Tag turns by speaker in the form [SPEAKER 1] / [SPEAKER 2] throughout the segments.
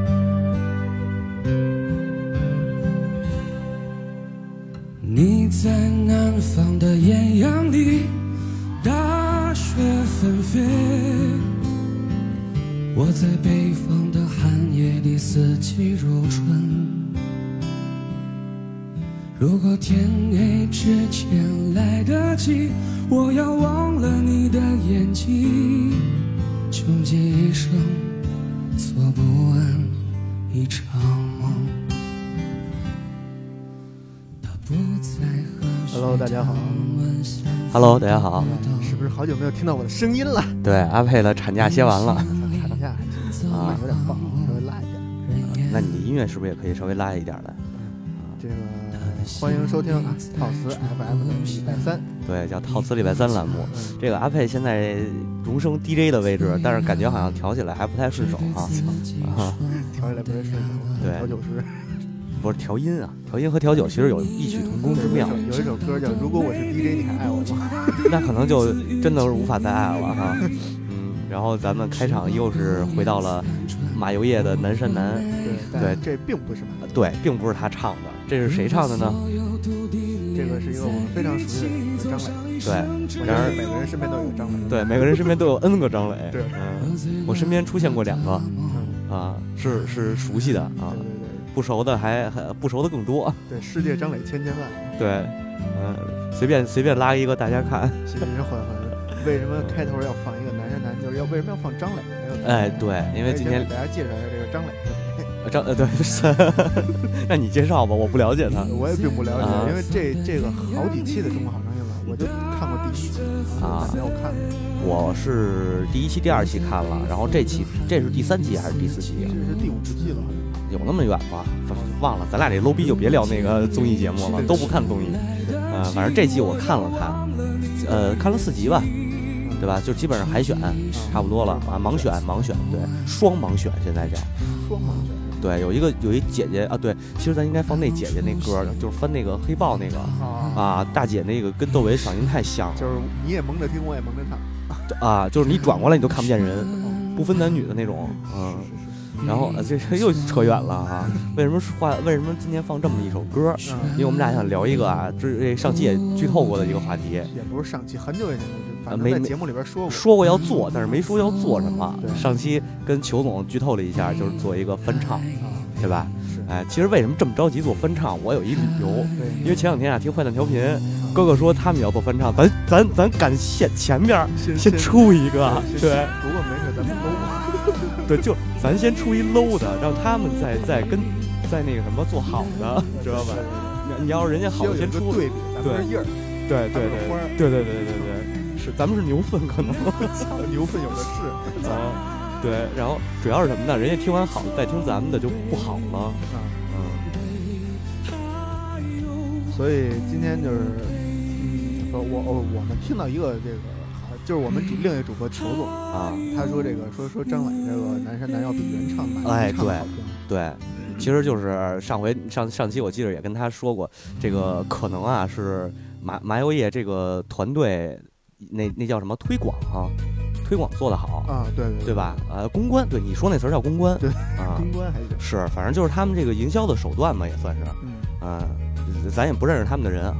[SPEAKER 1] 啊
[SPEAKER 2] 你在南方的艳阳里，大雪纷飞；我在北方的寒夜里，四季如春。如果天黑之前来得及，我要忘了你的眼睛，穷极一生做不完一场梦。他不再和
[SPEAKER 3] Hello，大家好，
[SPEAKER 4] Hello，大家好。
[SPEAKER 3] 是不是好久没有听到我的声音了？
[SPEAKER 4] 对，阿佩的产假歇完了，
[SPEAKER 3] 看一下，
[SPEAKER 4] 啊
[SPEAKER 3] 有点棒，稍微拉一点。啊
[SPEAKER 4] 那你音乐是不是也可以稍微拉一点的？
[SPEAKER 3] 这个欢迎收听啊，套词 FM 的礼拜三，
[SPEAKER 4] 对，叫套词礼拜三栏目。
[SPEAKER 3] 嗯，
[SPEAKER 4] 这个阿佩现在荣升 DJ 的位置，但是感觉好像调起来还不太顺手哈、啊。
[SPEAKER 3] 调起来不太顺手，
[SPEAKER 4] 对
[SPEAKER 3] 调酒师
[SPEAKER 4] 不是调音啊，调音和调酒其实有异曲同工之妙，
[SPEAKER 3] 有一首歌叫《如果我是 DJ 你还爱我吗》，
[SPEAKER 4] 那可能就真的是无法再爱了哈、嗯，然后咱们开场又是回到了马油叶的《南山南》，
[SPEAKER 3] 对，但这并不是马，
[SPEAKER 4] 对，并不是他唱的，这是谁唱的呢？
[SPEAKER 3] 这个是一个我们非常熟悉的人张磊，
[SPEAKER 4] 对，
[SPEAKER 3] 我
[SPEAKER 4] 然
[SPEAKER 3] 相
[SPEAKER 4] 而
[SPEAKER 3] 信每个人身边都有张磊。
[SPEAKER 4] 对，每个人身边都有 N 个张磊。
[SPEAKER 3] 对
[SPEAKER 4] 嗯，我身边出现过两个
[SPEAKER 3] 嗯，
[SPEAKER 4] 啊，是是熟悉的啊
[SPEAKER 3] 对，对对
[SPEAKER 4] 不熟的还还不熟的更多。
[SPEAKER 3] 对，世界张磊千千万，
[SPEAKER 4] 对，嗯，随便随便拉一个大家看。
[SPEAKER 3] 其实缓缓，为什么开头要放一个男人男，就是要为什么要放张磊？没有张磊
[SPEAKER 4] 哎，，对，因为今
[SPEAKER 3] 先
[SPEAKER 4] 天
[SPEAKER 3] 给大家介绍一下这个张磊是谁。
[SPEAKER 4] 呃张呃对，是让你介绍吧，我不了解他
[SPEAKER 3] 我也并不了
[SPEAKER 4] 啊
[SPEAKER 3] 解，因为这这个好几期的《中国好声音》了，我就看过第一期，
[SPEAKER 4] 啊
[SPEAKER 3] 没。有看过，
[SPEAKER 4] 我是第一期、第二期看了，然后这期这是第三期还是第四期
[SPEAKER 3] 这
[SPEAKER 4] 啊？
[SPEAKER 3] 是第五十季了，
[SPEAKER 4] 有那么远吗？反忘了，咱俩这 low 逼就别聊那个综艺节目了，都不看综艺。呃，反正这季我看了看，呃，看了四集吧，对吧？就基本上海选差不多了啊，盲选盲选，对，双盲选现在叫，
[SPEAKER 3] 双盲选
[SPEAKER 4] 对，有一个有一姐姐啊，对，其实咱应该放那姐姐那歌儿，就是翻那个黑豹那个
[SPEAKER 3] 啊，
[SPEAKER 4] 啊，大姐那个跟窦唯嗓音太像了
[SPEAKER 3] 就是你也蒙着听，我也蒙着唱，
[SPEAKER 4] 啊，就是你转过来你都看不见人，不分男女的那种，嗯。然后呃这这又扯远了啊！为什么话？为什么今天放这么一首歌？因
[SPEAKER 3] 嗯，
[SPEAKER 4] 为我们俩想聊一个啊，这这上期也剧透过的一个话题，
[SPEAKER 3] 嗯也不是上期很久以前的事，反
[SPEAKER 4] 啊
[SPEAKER 3] 正
[SPEAKER 4] 没
[SPEAKER 3] 在
[SPEAKER 4] 没
[SPEAKER 3] 节目里边说过，
[SPEAKER 4] 说过要做，但是没说要做什么
[SPEAKER 3] 对。
[SPEAKER 4] 上期跟裘总剧透了一下，就是做一个翻唱，
[SPEAKER 3] 啊，
[SPEAKER 4] 对吧？
[SPEAKER 3] 是，
[SPEAKER 4] 哎，其实为什么这么着急做翻唱？我有一理由，
[SPEAKER 3] 对，
[SPEAKER 4] 因为前两天啊听坏蛋调频，哥哥说他们也要做翻唱，咱咱咱赶现前面儿
[SPEAKER 3] 先
[SPEAKER 4] 先出一个，对
[SPEAKER 3] 先不过没事，咱们都忘
[SPEAKER 4] 对，就咱先出一 low 的，让他们再再跟再那个什么做好的，知道吧？你你要是人家好
[SPEAKER 3] 需要有
[SPEAKER 4] 先
[SPEAKER 3] 一个
[SPEAKER 4] 出，
[SPEAKER 3] 对比，咱们是叶儿，
[SPEAKER 4] 对对
[SPEAKER 3] 他们是花
[SPEAKER 4] 对
[SPEAKER 3] 儿，
[SPEAKER 4] 对对对对对，是咱们是牛粪 可能。
[SPEAKER 3] 操牛粪有的是，操
[SPEAKER 4] 啊，对，然后主要是什么呢？人家听完好的，再听咱们的就不好了。
[SPEAKER 3] 啊。
[SPEAKER 4] 嗯，
[SPEAKER 3] 所以今天就是，嗯，我我我们听到一个这个，好像就是我们主
[SPEAKER 4] 嗯
[SPEAKER 3] 另一个主播裘总，
[SPEAKER 4] 啊，
[SPEAKER 3] 他说这个说说张磊这个《南山南》要比原唱版
[SPEAKER 4] 哎
[SPEAKER 3] 原唱好听，
[SPEAKER 4] 对，其实就是上回上上期我记得也跟他说过，这个可能啊是麻麻油叶这个团队那那叫什么推广啊，推广做得好，
[SPEAKER 3] 啊，对对
[SPEAKER 4] 对？吧？呃，公关，对你说那词儿叫公关，
[SPEAKER 3] 对
[SPEAKER 4] 啊。
[SPEAKER 3] 公关还行，
[SPEAKER 4] 是，反正就是他们这个营销的手段嘛，也算是，
[SPEAKER 3] 嗯，
[SPEAKER 4] 嗯、咱也不认识他们的人啊，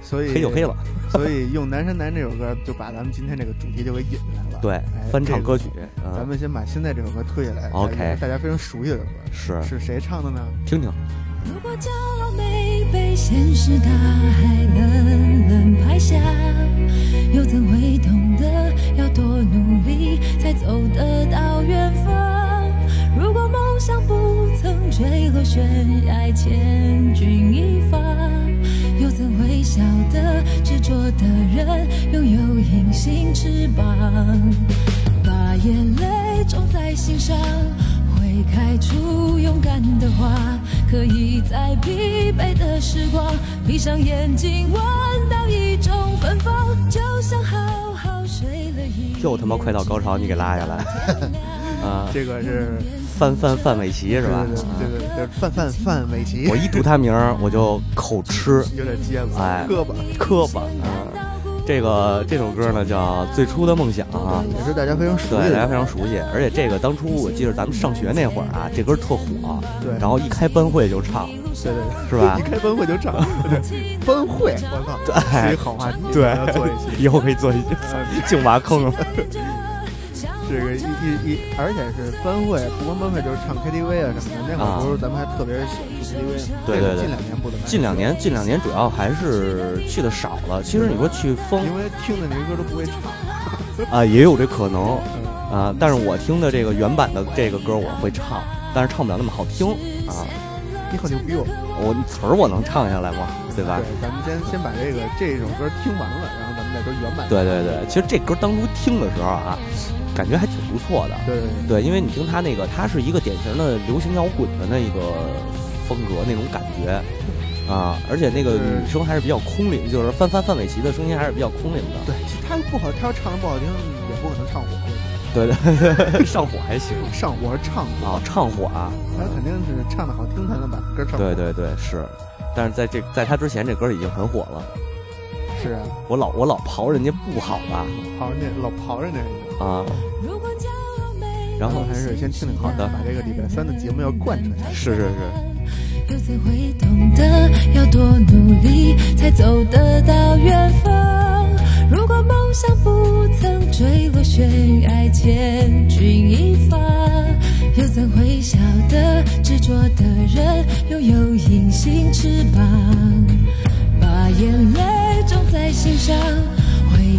[SPEAKER 3] 所以
[SPEAKER 4] 黑就黑，了，
[SPEAKER 3] 所以用《南山南》这首歌就把咱们今天这个主题就给引出来了，
[SPEAKER 4] 对
[SPEAKER 3] 哎，
[SPEAKER 4] 翻唱歌曲，
[SPEAKER 3] 这
[SPEAKER 4] 嗯
[SPEAKER 3] 个咱们先把现在这首歌推下来
[SPEAKER 4] OK
[SPEAKER 3] 大家大家非常熟悉的这首歌，
[SPEAKER 4] 是
[SPEAKER 3] 是谁唱的呢？
[SPEAKER 4] 听听，
[SPEAKER 5] 如果角落没被现实大海冷冷拍下，又怎会懂得要多努力才走得到远方？如果梦想不曾坠落悬崖，千钧一发，又怎会晓得执着的人拥有隐形翅膀？把眼泪种在心上，会开出勇敢的花。可以在疲惫的时光，闭上眼睛，闻到一种芬芳，就像好好睡了一
[SPEAKER 4] 又他妈快到高潮，你给拉下来 啊！
[SPEAKER 3] 这个是
[SPEAKER 4] 范范范玮琪是吧嗯
[SPEAKER 3] 对？对对对，就是范范范玮琪
[SPEAKER 4] 我，一读他名儿我就口吃
[SPEAKER 3] 有点结巴，
[SPEAKER 4] 哎
[SPEAKER 3] 胳膊，
[SPEAKER 4] 磕巴啊！这个这首歌呢叫《最初的梦想》啊，
[SPEAKER 3] 也是大家非常熟
[SPEAKER 4] 对
[SPEAKER 3] 悉
[SPEAKER 4] 大家非
[SPEAKER 3] 的。
[SPEAKER 4] 常熟悉。而且这个当初我记得咱们上学那会儿啊，这歌特火，
[SPEAKER 3] 对
[SPEAKER 4] 然后一开班会就唱，
[SPEAKER 3] 对对对，
[SPEAKER 4] 是 吧
[SPEAKER 3] 一？开班会就唱，对，班会，我操，这是一好话题，
[SPEAKER 4] 对
[SPEAKER 3] 要做一期。
[SPEAKER 4] 以后可以 做一净挖坑了。
[SPEAKER 3] 这个一一一，而且是班会，不光班会就是唱 KTV 啊什么的。那会
[SPEAKER 4] 啊
[SPEAKER 3] 儿不是咱们还特别喜欢去 KTV，
[SPEAKER 4] 对对
[SPEAKER 3] 这个啊近两
[SPEAKER 4] 对
[SPEAKER 3] 年不怎么爱
[SPEAKER 4] 近两年，近两年主要还是去的少了。其实你说去
[SPEAKER 3] 去，
[SPEAKER 4] 风
[SPEAKER 3] 因为听的那些歌都不会唱。
[SPEAKER 4] 啊，也有这可能
[SPEAKER 3] 嗯，
[SPEAKER 4] 啊。但是我听的这个原版的这个歌我会唱，但是唱不了那么好听啊。
[SPEAKER 3] 你好牛逼哦！
[SPEAKER 4] 我词儿我能唱下来吗？对吧？
[SPEAKER 3] 对，咱们先先把这个这首歌听完了，然后咱们再说原版。
[SPEAKER 4] 对对对，其实这歌当初听的时候啊，感觉还挺不错的。
[SPEAKER 3] 对对
[SPEAKER 4] 对，因为你听他那个，他是一个典型的流行摇滚的那个风格那种感觉啊，而且那
[SPEAKER 3] 对
[SPEAKER 4] 个女生还是比较空灵，就是范范范玮琪的声音还是比较空灵的。
[SPEAKER 3] 对，其实他不好，他要唱的不好听，也不可能唱火。
[SPEAKER 4] 对对，上火还 行
[SPEAKER 3] 上火是唱火，
[SPEAKER 4] 啊，唱火啊，
[SPEAKER 3] 他肯定是唱的好听才能把歌唱火。
[SPEAKER 4] 对对对是，但是在这在他之前这歌已经很火了，
[SPEAKER 3] 是啊，
[SPEAKER 4] 我老我老刨人家不好吧
[SPEAKER 3] 刨人家老刨人家人家。
[SPEAKER 4] 啊，然
[SPEAKER 3] 咱
[SPEAKER 4] 后
[SPEAKER 3] 们还是先听听好
[SPEAKER 4] 好的
[SPEAKER 3] 把这个礼拜三的节目要贯彻下去。
[SPEAKER 4] 是是是。
[SPEAKER 5] 又怎会懂得要多努力才走得到远方？如果梦想不曾坠落悬崖，千钧一发，又怎会晓得执着的人拥有隐形翅膀？把眼泪种在心上，会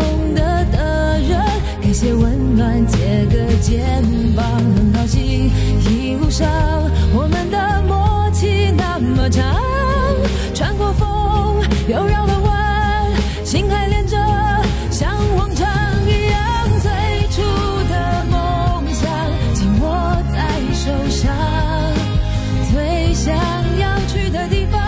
[SPEAKER 5] 得的人给些温暖，借个肩膀，能靠近一路上我们的默契那么长，穿过风又绕了弯，心还连着，像往常一样最初的梦想紧握在手上。最想要去的地方，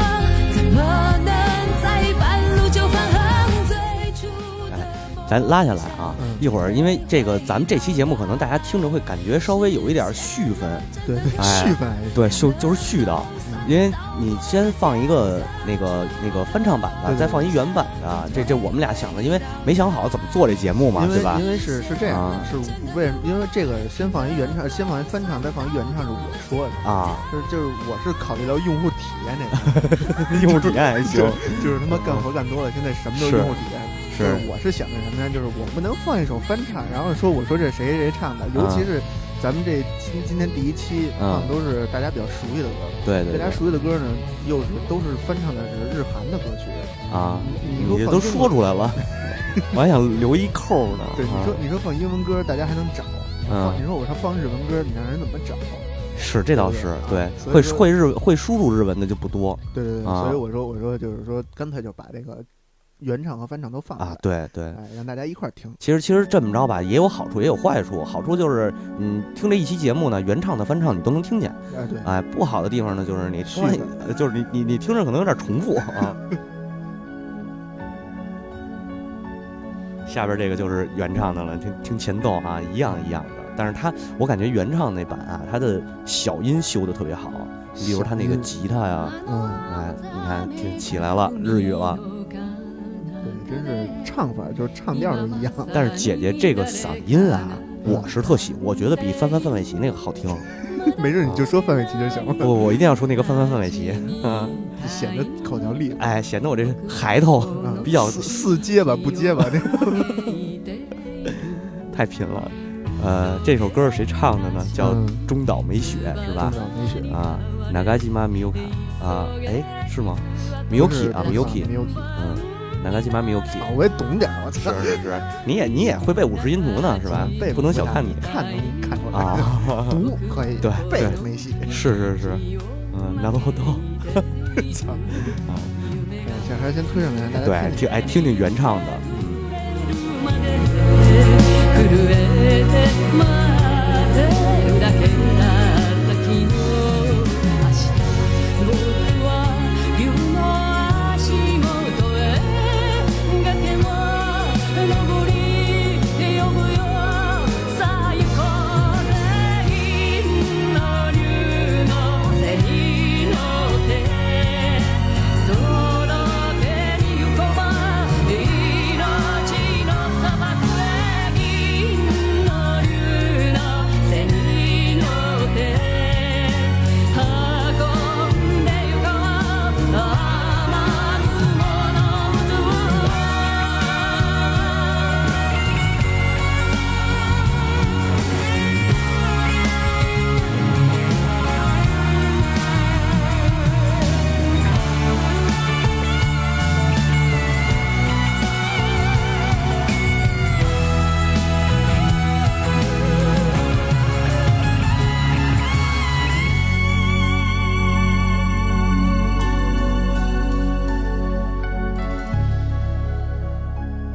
[SPEAKER 5] 怎么能在半路就返航？最初的梦
[SPEAKER 4] 咱拉下来啊
[SPEAKER 3] 嗯，
[SPEAKER 4] 一会儿因为这个，咱们这期节目可能大家听着会感觉稍微有一点絮分，
[SPEAKER 3] 对对，
[SPEAKER 4] 哎
[SPEAKER 3] 续版
[SPEAKER 4] 对，就就是絮叨，
[SPEAKER 3] 嗯
[SPEAKER 4] 因为你先放一个那个那个翻唱版的，
[SPEAKER 3] 对对
[SPEAKER 4] 再放一原版的，这这我们俩想的，因为没想好怎么做这节目嘛，
[SPEAKER 3] 因为
[SPEAKER 4] 对吧
[SPEAKER 3] 因？为是是这样
[SPEAKER 4] 啊
[SPEAKER 3] 的，是为什么？因为这个先放一原唱，先放一翻唱，再放一原唱是我说的，
[SPEAKER 4] 啊，
[SPEAKER 3] 就是就是我是考虑到用户体验这
[SPEAKER 4] 用户体验还
[SPEAKER 3] 个，
[SPEAKER 4] 行
[SPEAKER 3] 就， 就是他妈干活干多了，现在什么都
[SPEAKER 4] 是
[SPEAKER 3] 是用户体验。
[SPEAKER 4] 是
[SPEAKER 3] 就是我是想的什么呀？就是我不能放一首翻唱，然后说我说这谁谁谁唱的，
[SPEAKER 4] 啊
[SPEAKER 3] 尤其是咱们这今今天第一期放
[SPEAKER 4] 嗯
[SPEAKER 3] 的都是大家比较熟悉的歌，
[SPEAKER 4] 对对
[SPEAKER 3] 大家
[SPEAKER 4] 对
[SPEAKER 3] 熟悉的歌呢，又是都是翻唱的是日韩的歌曲。
[SPEAKER 4] 啊，
[SPEAKER 3] 你
[SPEAKER 4] 你
[SPEAKER 3] 你
[SPEAKER 4] 这
[SPEAKER 3] 说
[SPEAKER 4] 都
[SPEAKER 3] 放中文
[SPEAKER 4] 说 出来了，我还想留一扣呢。
[SPEAKER 3] 对，你说你说放英文歌，大家还能找。
[SPEAKER 4] 嗯
[SPEAKER 3] 你说我说放日文歌，你让人怎么找？
[SPEAKER 4] 啊是这倒是对，
[SPEAKER 3] 啊所以
[SPEAKER 4] 会
[SPEAKER 3] 说
[SPEAKER 4] 会日会输入日文的就不多
[SPEAKER 3] 对对对，
[SPEAKER 4] 啊
[SPEAKER 3] 所以我说我说就是说，干脆就把这个原唱和翻唱都放出来，
[SPEAKER 4] 啊，对对。
[SPEAKER 3] 哎，让大家一块儿听。
[SPEAKER 4] 其实其实这么着吧，也有好处，也有坏处。好处就是，嗯，听这一期节目呢，原唱的翻唱你都能听见。
[SPEAKER 3] 哎，对，
[SPEAKER 4] 哎，不好的地方呢，就是你听
[SPEAKER 3] 是的
[SPEAKER 4] 完，就是你你你听着可能有点重复啊。 下边这个就是原唱的了，听听前奏啊，一样一样的。但是它，我感觉原唱那版啊，它的小音修的特别好，你比如它那个
[SPEAKER 3] 小音
[SPEAKER 4] 吉他呀、
[SPEAKER 3] 嗯，
[SPEAKER 4] 哎，你看这起来了，日语了。
[SPEAKER 3] 对，嗯真是唱法就是唱调都一样。
[SPEAKER 4] 但是姐姐这个嗓音啊，我是特喜，我觉得比翻翻范玮琪那个好听。
[SPEAKER 3] 没事你就说范玮琪就行 了，
[SPEAKER 4] 不，我一定要说那个范范范玮琪， 啊，
[SPEAKER 3] 显得口条厉害。
[SPEAKER 4] 哎，显得我这 孩头
[SPEAKER 3] 嗯
[SPEAKER 4] 比较
[SPEAKER 3] 似似结巴不结 巴，这个
[SPEAKER 4] 太贫了。呃，这首歌是谁唱的呢？叫
[SPEAKER 3] 嗯
[SPEAKER 4] 《中岛美雪》是吧
[SPEAKER 3] 真？的没学。
[SPEAKER 4] 啊，Nagajima Miyuki 啊，哎，是吗？Miyuki 啊，Miyuki，
[SPEAKER 3] Miyuki
[SPEAKER 4] 嗯，Nagajima Miyuki，
[SPEAKER 3] 啊，我也懂点儿，我操
[SPEAKER 4] 是，是是， 你也你也会背五十音图呢是吧
[SPEAKER 3] 背？
[SPEAKER 4] 不能小看你
[SPEAKER 3] 看能看出来，
[SPEAKER 4] 啊，
[SPEAKER 3] 读可以，
[SPEAKER 4] 对
[SPEAKER 3] 背
[SPEAKER 4] 对
[SPEAKER 3] 没戏。
[SPEAKER 4] 是是是，嗯，拿刀刀。
[SPEAKER 3] 操！小孩先推上来，大家
[SPEAKER 4] 对，哎
[SPEAKER 3] 听听
[SPEAKER 4] 听哎听听原唱的，
[SPEAKER 5] 震えて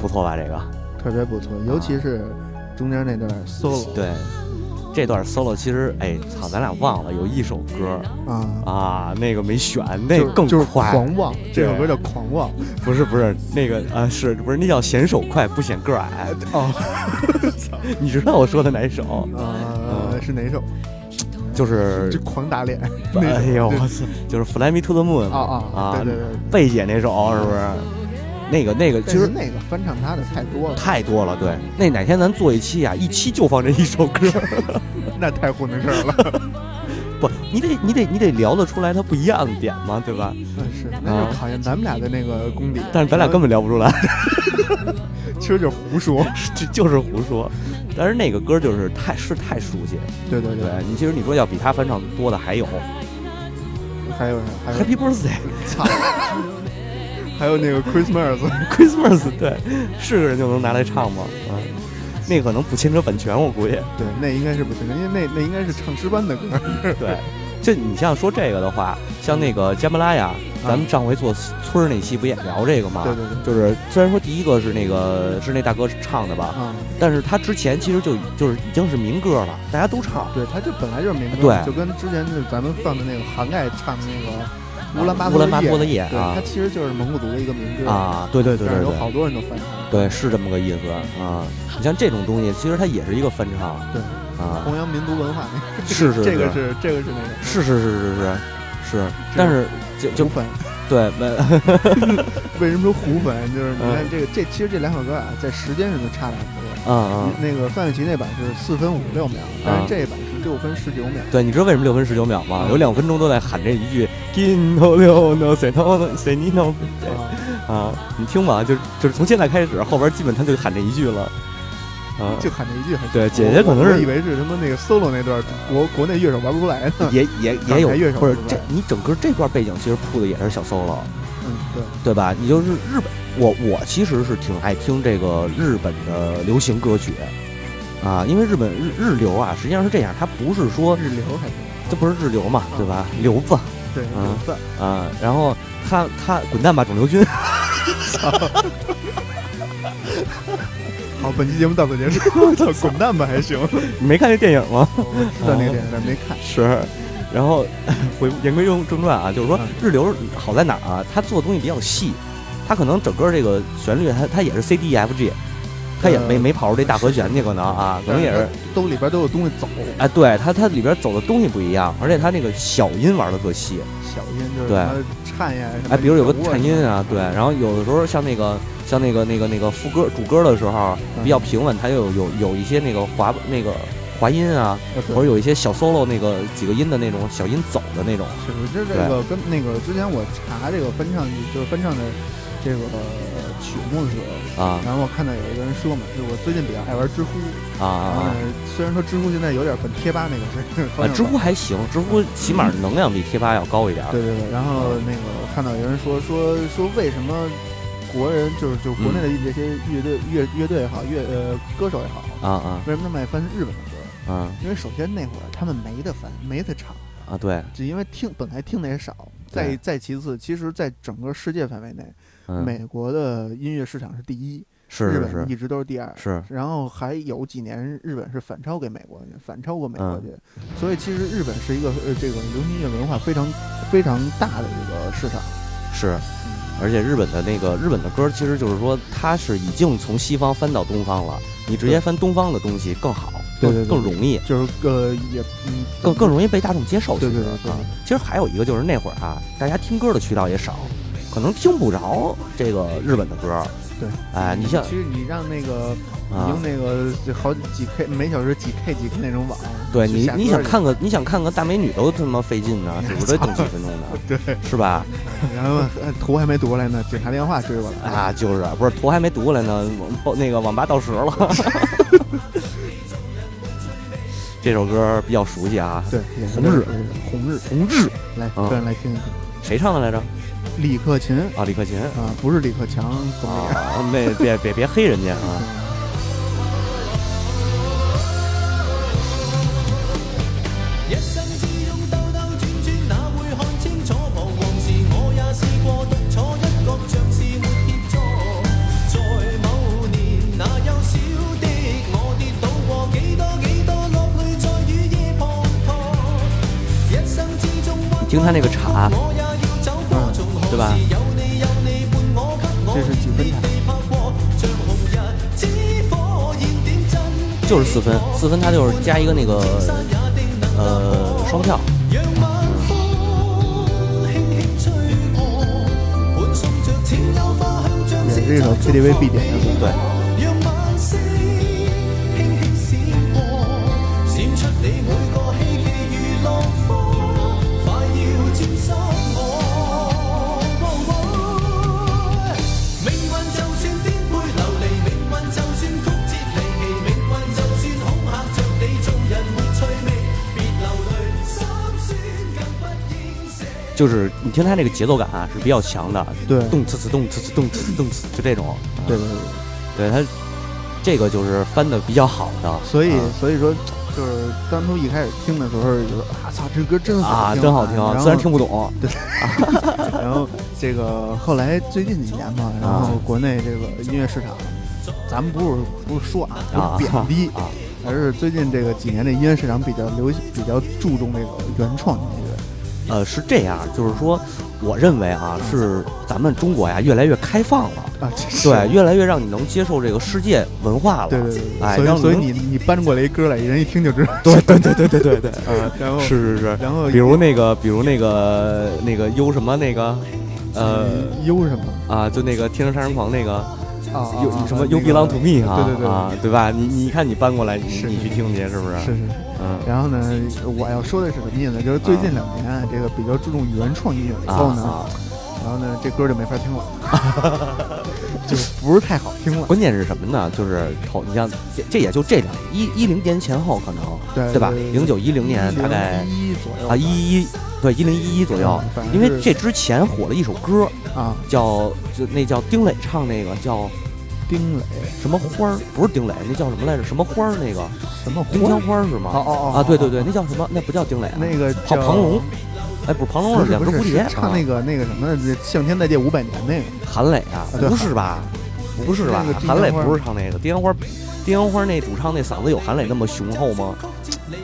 [SPEAKER 4] 错吧？这个
[SPEAKER 3] 特别不错，尤其是中间那段 solo
[SPEAKER 4] 对，这段 solo 其实，哎，操，咱俩忘了有一首歌
[SPEAKER 3] 啊，
[SPEAKER 4] 啊，那个没选，那
[SPEAKER 3] 就是
[SPEAKER 4] 哎更
[SPEAKER 3] 就是
[SPEAKER 4] 快，
[SPEAKER 3] 狂妄，这首歌
[SPEAKER 4] 对
[SPEAKER 3] 叫狂妄
[SPEAKER 4] 不是不是那个啊，是不是那叫显手快不显个儿矮？
[SPEAKER 3] 哦，
[SPEAKER 4] 你知道我说的哪首？
[SPEAKER 3] 啊，是哪首？
[SPEAKER 4] 嗯就是
[SPEAKER 3] 这狂打脸，
[SPEAKER 4] 哎呦我
[SPEAKER 3] 那
[SPEAKER 4] 操，就是《Fly Me to the Moon》
[SPEAKER 3] 啊啊
[SPEAKER 4] 啊
[SPEAKER 3] 对对对对，
[SPEAKER 4] 贝姐那首是不是？那个那个，
[SPEAKER 3] 其
[SPEAKER 4] 其
[SPEAKER 3] 实
[SPEAKER 4] 实
[SPEAKER 3] 那个翻唱他的太多了，
[SPEAKER 4] 太多了。对，那哪天咱做一期啊，一期就放这一首歌。
[SPEAKER 3] 那太糊弄事儿了。
[SPEAKER 4] 不，你得你得你得聊得出来它不一样的点嘛，对吧？
[SPEAKER 3] 嗯是，那就考验咱们俩的那个功底。
[SPEAKER 4] 啊但是咱俩根本聊不出来，
[SPEAKER 3] 本其实就是胡说。
[SPEAKER 4] 就就是胡说。但是那个歌就是太是太熟悉，
[SPEAKER 3] 对对
[SPEAKER 4] 对，你其实你说要比他翻唱多的还有《
[SPEAKER 3] 还有啥？还有
[SPEAKER 4] Happy Birthday
[SPEAKER 3] 操，还有那个 Christmas，
[SPEAKER 4] Christmas》，对， 是个人就能拿来唱吗？啊，那个可能不牵扯版权，我估计。
[SPEAKER 3] 对，那应该是不行的，因为那那应该是唱诗班的歌。
[SPEAKER 4] 对，就你像说这个的话，像那个加布拉呀，咱们上回做村儿那期不也聊这个吗？
[SPEAKER 3] 啊对对对
[SPEAKER 4] 就是虽然说第一个是那个是那大哥唱的吧，
[SPEAKER 3] 啊，
[SPEAKER 4] 但是他之前其实就就是已经是民歌了，大家都唱。
[SPEAKER 3] 对，他就本来就是民歌，
[SPEAKER 4] 对啊
[SPEAKER 3] 就跟之前就是咱们放的那个涵盖唱的那个乌兰巴
[SPEAKER 4] 乌兰巴
[SPEAKER 3] 托
[SPEAKER 4] 托的夜
[SPEAKER 3] 对，
[SPEAKER 4] 啊
[SPEAKER 3] 它其实就是蒙古族的一个民歌，
[SPEAKER 4] 啊，对对对
[SPEAKER 3] 但是
[SPEAKER 4] 对
[SPEAKER 3] 有
[SPEAKER 4] 对，
[SPEAKER 3] 好多人都翻唱。
[SPEAKER 4] 对是这么个意思啊。你像这种东西，其实它也是一个翻唱
[SPEAKER 3] 对，
[SPEAKER 4] 啊，
[SPEAKER 3] 弘扬民族文化那个，
[SPEAKER 4] 是是
[SPEAKER 3] 这个
[SPEAKER 4] 是
[SPEAKER 3] 是这个是那个
[SPEAKER 4] 是是是是是是，但是就就
[SPEAKER 3] 胡粉。
[SPEAKER 4] 对没 啊
[SPEAKER 3] 为什么说胡粉？就是你看
[SPEAKER 4] 嗯
[SPEAKER 3] 这个这其实这两首歌啊，在时间上就差两分。
[SPEAKER 4] 啊啊。
[SPEAKER 3] 那个范玮琪那版是四分五十六秒，但
[SPEAKER 4] 啊
[SPEAKER 3] 是这一版是六分十九秒。
[SPEAKER 4] 对，你知道为什么六分十九秒吗？
[SPEAKER 3] 嗯
[SPEAKER 4] 有两分钟都在喊这一句 “Gino no no say no no say ni no”
[SPEAKER 3] 啊
[SPEAKER 4] 啊，你听吧，就就是从现在开始，后边基本他就喊这一句了啊，
[SPEAKER 3] 就喊这一句还行。
[SPEAKER 4] 对姐姐可能是
[SPEAKER 3] 我我以为是他妈那个 solo 那段国国内乐手玩不出来呢。
[SPEAKER 4] 也也
[SPEAKER 3] 港
[SPEAKER 4] 也有
[SPEAKER 3] 台乐手
[SPEAKER 4] 不是
[SPEAKER 3] 是吧
[SPEAKER 4] 这你整个这段背景其实铺的也是小 solo，
[SPEAKER 3] 嗯，对，
[SPEAKER 4] 对吧？你就是日本，我我其实是挺爱听这个日本的流行歌曲啊，因为日本日日流啊，实际上是这样，它不是说
[SPEAKER 3] 日流还行。
[SPEAKER 4] 这不是日流嘛，对吧？流子
[SPEAKER 3] 对，
[SPEAKER 4] 啊
[SPEAKER 3] 流范
[SPEAKER 4] 啊，然后他他滚蛋吧肿瘤君。
[SPEAKER 3] 好，本期节目到此结束。 操滚蛋吧，还行。
[SPEAKER 4] 你没看那电影吗？
[SPEAKER 3] 我知道
[SPEAKER 4] 哦
[SPEAKER 3] 那个电影，但没看。
[SPEAKER 4] 是。然后回言归正正传啊，就是说
[SPEAKER 3] 嗯
[SPEAKER 4] 日流好在哪儿啊？他做的东西比较细，他可能整个这个旋律，他他也是 C D E F G，他也没
[SPEAKER 3] 呃
[SPEAKER 4] 没跑出这大和弦去，可能啊，可能也是
[SPEAKER 3] 兜里边都有东西走，
[SPEAKER 4] 哎，对他他里边走的东西不一样，而且他那个小音玩的特细，
[SPEAKER 3] 小心就是
[SPEAKER 4] 对
[SPEAKER 3] 什么颤呀什么。
[SPEAKER 4] 哎，比如有个
[SPEAKER 3] 嗯
[SPEAKER 4] 颤音啊，对，然后有的时候像那个像那个那个那个副歌主歌的时候
[SPEAKER 3] 嗯
[SPEAKER 4] 比较平稳，它有有有一些那个滑那个滑音啊，
[SPEAKER 3] 啊，对
[SPEAKER 4] 或者有一些小 solo 那个几个音的那种小音走的那种。
[SPEAKER 3] 是，我觉得这个跟那个之前我查这个翻唱，就是翻唱的这个曲目的时候，
[SPEAKER 4] 啊
[SPEAKER 3] 然后我看到有一个人说嘛，就是我最近比较爱玩知乎，
[SPEAKER 4] 啊
[SPEAKER 3] 然后
[SPEAKER 4] 啊
[SPEAKER 3] 呢！，虽然说知乎现在有点跟贴吧那个是
[SPEAKER 4] 啊，知乎还行，知乎起码能量比贴吧要高一点儿。
[SPEAKER 3] 嗯对对对，然后那个我看到有人说说说为什么国人就是就国内的这些乐队乐乐队也好，乐呃歌手也好，
[SPEAKER 4] 啊啊
[SPEAKER 3] 为什么那么爱翻日本的歌？
[SPEAKER 4] 啊
[SPEAKER 3] 因为首先那会儿他们没得翻，没得唱。
[SPEAKER 4] 啊！对，
[SPEAKER 3] 只因为听本来听的也少，再
[SPEAKER 4] 对
[SPEAKER 3] 再其次，其实，在整个世界范围内，
[SPEAKER 4] 嗯，
[SPEAKER 3] 美国的音乐市场是第一，
[SPEAKER 4] 是
[SPEAKER 3] 日
[SPEAKER 4] 是
[SPEAKER 3] 本
[SPEAKER 4] 是
[SPEAKER 3] 一直都是第二。
[SPEAKER 4] 是，
[SPEAKER 3] 然后还有几年日本是反超给美国去，反超过美
[SPEAKER 4] 嗯
[SPEAKER 3] 国去，所以其实日本是一个呃这个流行音乐文化非常非常大的一个市场。
[SPEAKER 4] 是，
[SPEAKER 3] 嗯
[SPEAKER 4] 而且日本的那个日本的歌，其实就是说它是已经从西方翻到东方了，你直接翻东方的东西更好，
[SPEAKER 3] 对
[SPEAKER 4] 更
[SPEAKER 3] 对对
[SPEAKER 4] 更容易，
[SPEAKER 3] 就是呃也嗯
[SPEAKER 4] 更更容易被大众接受。
[SPEAKER 3] 对对
[SPEAKER 4] 其实
[SPEAKER 3] 对对
[SPEAKER 4] 啊，其实还有一个就是那会儿啊，大家听歌的渠道也少，可能听不着这个日本的歌。
[SPEAKER 3] 对，
[SPEAKER 4] 哎，你像
[SPEAKER 3] 其实你让那个已
[SPEAKER 4] 啊
[SPEAKER 3] 经。那个就好几 K 每小时几 K 几 K 那种网，
[SPEAKER 4] 对你
[SPEAKER 3] 下，
[SPEAKER 4] 你
[SPEAKER 3] 歌
[SPEAKER 4] 想
[SPEAKER 3] 去
[SPEAKER 4] 看个你想看个大美女都他妈费劲呢， 是不是得等几分钟呢？
[SPEAKER 3] 对，
[SPEAKER 4] 是吧？
[SPEAKER 3] 然后呃图还没读过来呢，警察电话追我了
[SPEAKER 4] 啊，就是不是头还没读来呢，报那个网吧到时了。 这首歌比较熟悉啊，
[SPEAKER 3] 对，也是
[SPEAKER 4] 红日
[SPEAKER 3] 这个红日，
[SPEAKER 4] 同志，
[SPEAKER 3] 来，
[SPEAKER 4] 嗯
[SPEAKER 3] 个人来听一听。
[SPEAKER 4] 谁唱的来着？
[SPEAKER 3] 李克勤
[SPEAKER 4] 啊，李克勤
[SPEAKER 3] 啊，不是李克强总理。
[SPEAKER 4] 啊，那别别别黑人家啊。
[SPEAKER 6] 一生之中兜兜轉轉，哪會看清楚？彷徨時我也試過獨坐一角，像是沒協助。在某年
[SPEAKER 4] 听他那个镲，嗯对吧？
[SPEAKER 3] 这是几分台？
[SPEAKER 4] 就是四分，四分它就是加一个那个呃双跳，
[SPEAKER 3] 也是一首 KTV 必点的歌。
[SPEAKER 4] 对，就是你听它那个节奏感啊是比较强的，
[SPEAKER 3] 对
[SPEAKER 4] 动次次动次次动次次动次次就这种，啊
[SPEAKER 3] 对对对，
[SPEAKER 4] 对它这个就是翻的比较好的，
[SPEAKER 3] 所以
[SPEAKER 4] 啊
[SPEAKER 3] 所以说，就是当初一开始听的时候，就说啊操，这歌真好
[SPEAKER 4] 啊，
[SPEAKER 3] 听，
[SPEAKER 4] 真好听
[SPEAKER 3] 然，后
[SPEAKER 4] 虽然听不懂，
[SPEAKER 3] 然后这个后来最近几年嘛，然
[SPEAKER 4] 啊
[SPEAKER 3] 后国内这个音乐市场，咱们不是不是说啊，
[SPEAKER 4] 啊
[SPEAKER 3] 不是贬 低
[SPEAKER 4] 啊，
[SPEAKER 3] 而是最近这个几年的音乐市场比较流行，比较注重这个原创音乐。
[SPEAKER 4] 呃，是这样，就是说，我认为啊，是咱们中国呀越来越开放了，
[SPEAKER 3] 啊，这是
[SPEAKER 4] 对，越来越让你能接受这个世界文化了，
[SPEAKER 3] 对对对，
[SPEAKER 4] 哎，
[SPEAKER 3] 所
[SPEAKER 4] 让
[SPEAKER 3] 以所以
[SPEAKER 4] 能
[SPEAKER 3] 你你搬过来一歌来，人一听就知道。
[SPEAKER 4] 对对对对对对对，
[SPEAKER 3] 啊，然后
[SPEAKER 4] 是是是，
[SPEAKER 3] 然后
[SPEAKER 4] 比如那个比如那个那个优什么那个，呃
[SPEAKER 3] 忧什么
[SPEAKER 4] 啊，就那个《天生杀人狂》那个
[SPEAKER 3] 啊
[SPEAKER 4] 有
[SPEAKER 3] 啊
[SPEAKER 4] 什么
[SPEAKER 3] 啊
[SPEAKER 4] You
[SPEAKER 3] 那个
[SPEAKER 4] belong to me 啊，
[SPEAKER 3] 对对对
[SPEAKER 4] 啊，对吧？你你看你搬过来，你
[SPEAKER 3] 是
[SPEAKER 4] 你去听去，是不是？
[SPEAKER 3] 是是是。
[SPEAKER 4] 嗯
[SPEAKER 3] 然后呢，我要说的是什么意思呢？就是最近两年啊，这个比较注重原创音乐以
[SPEAKER 4] 啊
[SPEAKER 3] 后呢，
[SPEAKER 4] 啊，
[SPEAKER 3] 然后呢，这歌就没法听了， 就不是太好听了。
[SPEAKER 4] 关键是什么呢？就是头，你像这这也就这两一一零年前后可能。
[SPEAKER 3] 对
[SPEAKER 4] 对吧？零九一零年大概
[SPEAKER 3] 一左右
[SPEAKER 4] 啊一一对一零一一左右
[SPEAKER 3] 嗯反，正
[SPEAKER 4] 因为
[SPEAKER 3] 是
[SPEAKER 4] 这之前火了一首歌，
[SPEAKER 3] 啊，
[SPEAKER 4] 叫就那叫丁磊唱那个叫
[SPEAKER 3] 丁磊
[SPEAKER 4] 什么花儿？不是丁磊，那叫什么来着？什么花儿？那个
[SPEAKER 3] 什么
[SPEAKER 4] 丁香
[SPEAKER 3] 花？
[SPEAKER 4] 花儿是吗？
[SPEAKER 3] 哦哦哦
[SPEAKER 4] 啊，对对对，那叫什么？那不叫丁磊啊，
[SPEAKER 3] 那个
[SPEAKER 4] 庞
[SPEAKER 3] 叫
[SPEAKER 4] 庞龙，哎，不是庞龙
[SPEAKER 3] 不
[SPEAKER 4] 是
[SPEAKER 3] 是
[SPEAKER 4] 两
[SPEAKER 3] 不
[SPEAKER 4] 只蝴
[SPEAKER 3] 是
[SPEAKER 4] 蝶
[SPEAKER 3] 是，唱那个那个什么向天再借五百年那个
[SPEAKER 4] 啊韩磊啊，
[SPEAKER 3] 对
[SPEAKER 4] 不是吧？不是吧
[SPEAKER 3] 那个？丁香
[SPEAKER 4] 韩磊
[SPEAKER 3] 花儿
[SPEAKER 4] 不是唱那个丁香花儿，丁香花儿那主唱那嗓子有韩磊那么雄厚吗？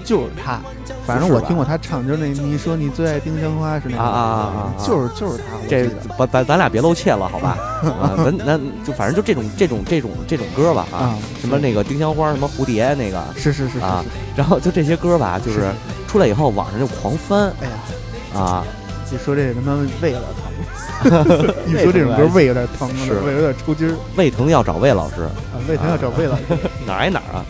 [SPEAKER 3] 就是他，反正
[SPEAKER 4] 不是
[SPEAKER 3] 我
[SPEAKER 4] 吧
[SPEAKER 3] 听过他唱，就是那你说你最爱丁香花是那个
[SPEAKER 4] 啊啊啊啊啊
[SPEAKER 3] 就是就是他，我
[SPEAKER 4] 这
[SPEAKER 3] 记得
[SPEAKER 4] 把咱咱俩别露怯了，好吧？啊，咱咱就反正就这种这种这种这种歌吧啊
[SPEAKER 3] 啊，
[SPEAKER 4] 什么那个丁香花儿，什么蝴蝶那个，
[SPEAKER 3] 是是是是
[SPEAKER 4] 啊
[SPEAKER 3] 是，
[SPEAKER 4] 然后就这些歌吧，就是出来以后网上就狂翻
[SPEAKER 3] 哎呀，
[SPEAKER 4] 啊，
[SPEAKER 3] 一说这他妈胃有 点疼，一说这种歌胃有点疼
[SPEAKER 4] 是
[SPEAKER 3] 了，胃有点抽筋儿，
[SPEAKER 4] 胃疼要找魏老师，
[SPEAKER 3] 啊胃疼要找胃了。
[SPEAKER 4] 哪儿挨哪儿啊？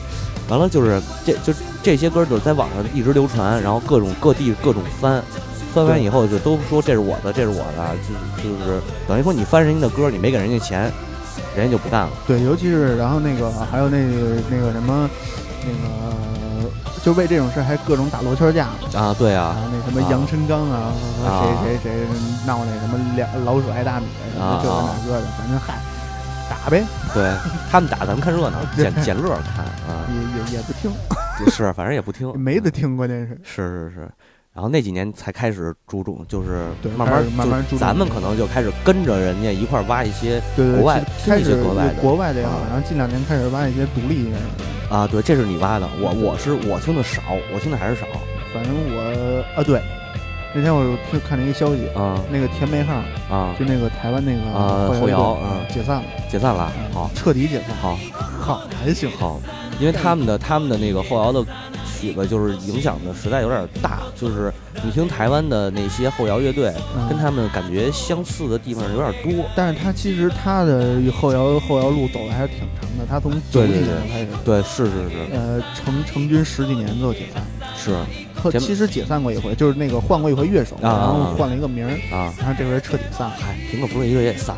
[SPEAKER 4] 完了就是这就这些歌就是在网上一直流传，然后各种各地各种翻，翻完以后就都说这是我的，这是我的，就就是等于说你翻人家的歌，你没给人家钱，人家就不干了。
[SPEAKER 3] 对，尤其是然后那个啊还有那个那个什么，那个就为这种事还各种打罗圈架
[SPEAKER 4] 啊，对
[SPEAKER 3] 啊
[SPEAKER 4] 啊，，
[SPEAKER 3] 那什么杨臣刚啊，和
[SPEAKER 4] 啊
[SPEAKER 3] 谁谁谁闹那什么两老鼠爱大米什么这个
[SPEAKER 4] 啊
[SPEAKER 3] 那个的，反正嗨，打呗，
[SPEAKER 4] 对他们打咱们看热闹，
[SPEAKER 3] 对
[SPEAKER 4] 捡 捡乐儿看啊，
[SPEAKER 3] 也也也不听，
[SPEAKER 4] 就是反正也不听，
[SPEAKER 3] 嗯没得听，关键是
[SPEAKER 4] 是是是，然后那几年才开始注重，就是
[SPEAKER 3] 对
[SPEAKER 4] 慢
[SPEAKER 3] 开
[SPEAKER 4] 慢
[SPEAKER 3] 始慢慢
[SPEAKER 4] 就
[SPEAKER 3] 注重
[SPEAKER 4] 咱们可能就开始跟着人家一块儿挖一些
[SPEAKER 3] 对对
[SPEAKER 4] 国外
[SPEAKER 3] 其
[SPEAKER 4] 听
[SPEAKER 3] 开
[SPEAKER 4] 一些
[SPEAKER 3] 始
[SPEAKER 4] 国外的
[SPEAKER 3] 国外的也好
[SPEAKER 4] 啊，
[SPEAKER 3] 然后近两年开始挖一些独立音乐，
[SPEAKER 4] 啊，对，这是你挖的，我我是我听的少，我听的还是少
[SPEAKER 3] 反正我啊对，那天我听看了一个消息，
[SPEAKER 4] 啊
[SPEAKER 3] 那个甜梅号
[SPEAKER 4] 啊，
[SPEAKER 3] 就那个台湾那个
[SPEAKER 4] 啊后
[SPEAKER 3] 乐
[SPEAKER 4] 摇
[SPEAKER 3] 队
[SPEAKER 4] 啊
[SPEAKER 3] 解散了，嗯
[SPEAKER 4] 解散了，好
[SPEAKER 3] 彻底解散，
[SPEAKER 4] 好
[SPEAKER 3] 好还行。
[SPEAKER 4] 好，因为他们的他们的那个后摇的曲子就是影响的实在有点大，就是你听台湾的那些后摇乐队，
[SPEAKER 3] 嗯
[SPEAKER 4] 跟他们感觉相似的地方有点多。
[SPEAKER 3] 但是他其实他的后摇后摇路走的还是挺长的，他从九
[SPEAKER 4] 对
[SPEAKER 3] 几
[SPEAKER 4] 对
[SPEAKER 3] 年开始，
[SPEAKER 4] 对，是是是
[SPEAKER 3] 呃，成成军十几年之后解散，
[SPEAKER 4] 是
[SPEAKER 3] 后
[SPEAKER 4] 前
[SPEAKER 3] 其实解散过一回，就是那个换过一回乐手，
[SPEAKER 4] 啊
[SPEAKER 3] 然后换了一个名儿，
[SPEAKER 4] 啊，
[SPEAKER 3] 然后这回彻底散 了。
[SPEAKER 4] 嗨，哎苹果啊不是一个也散，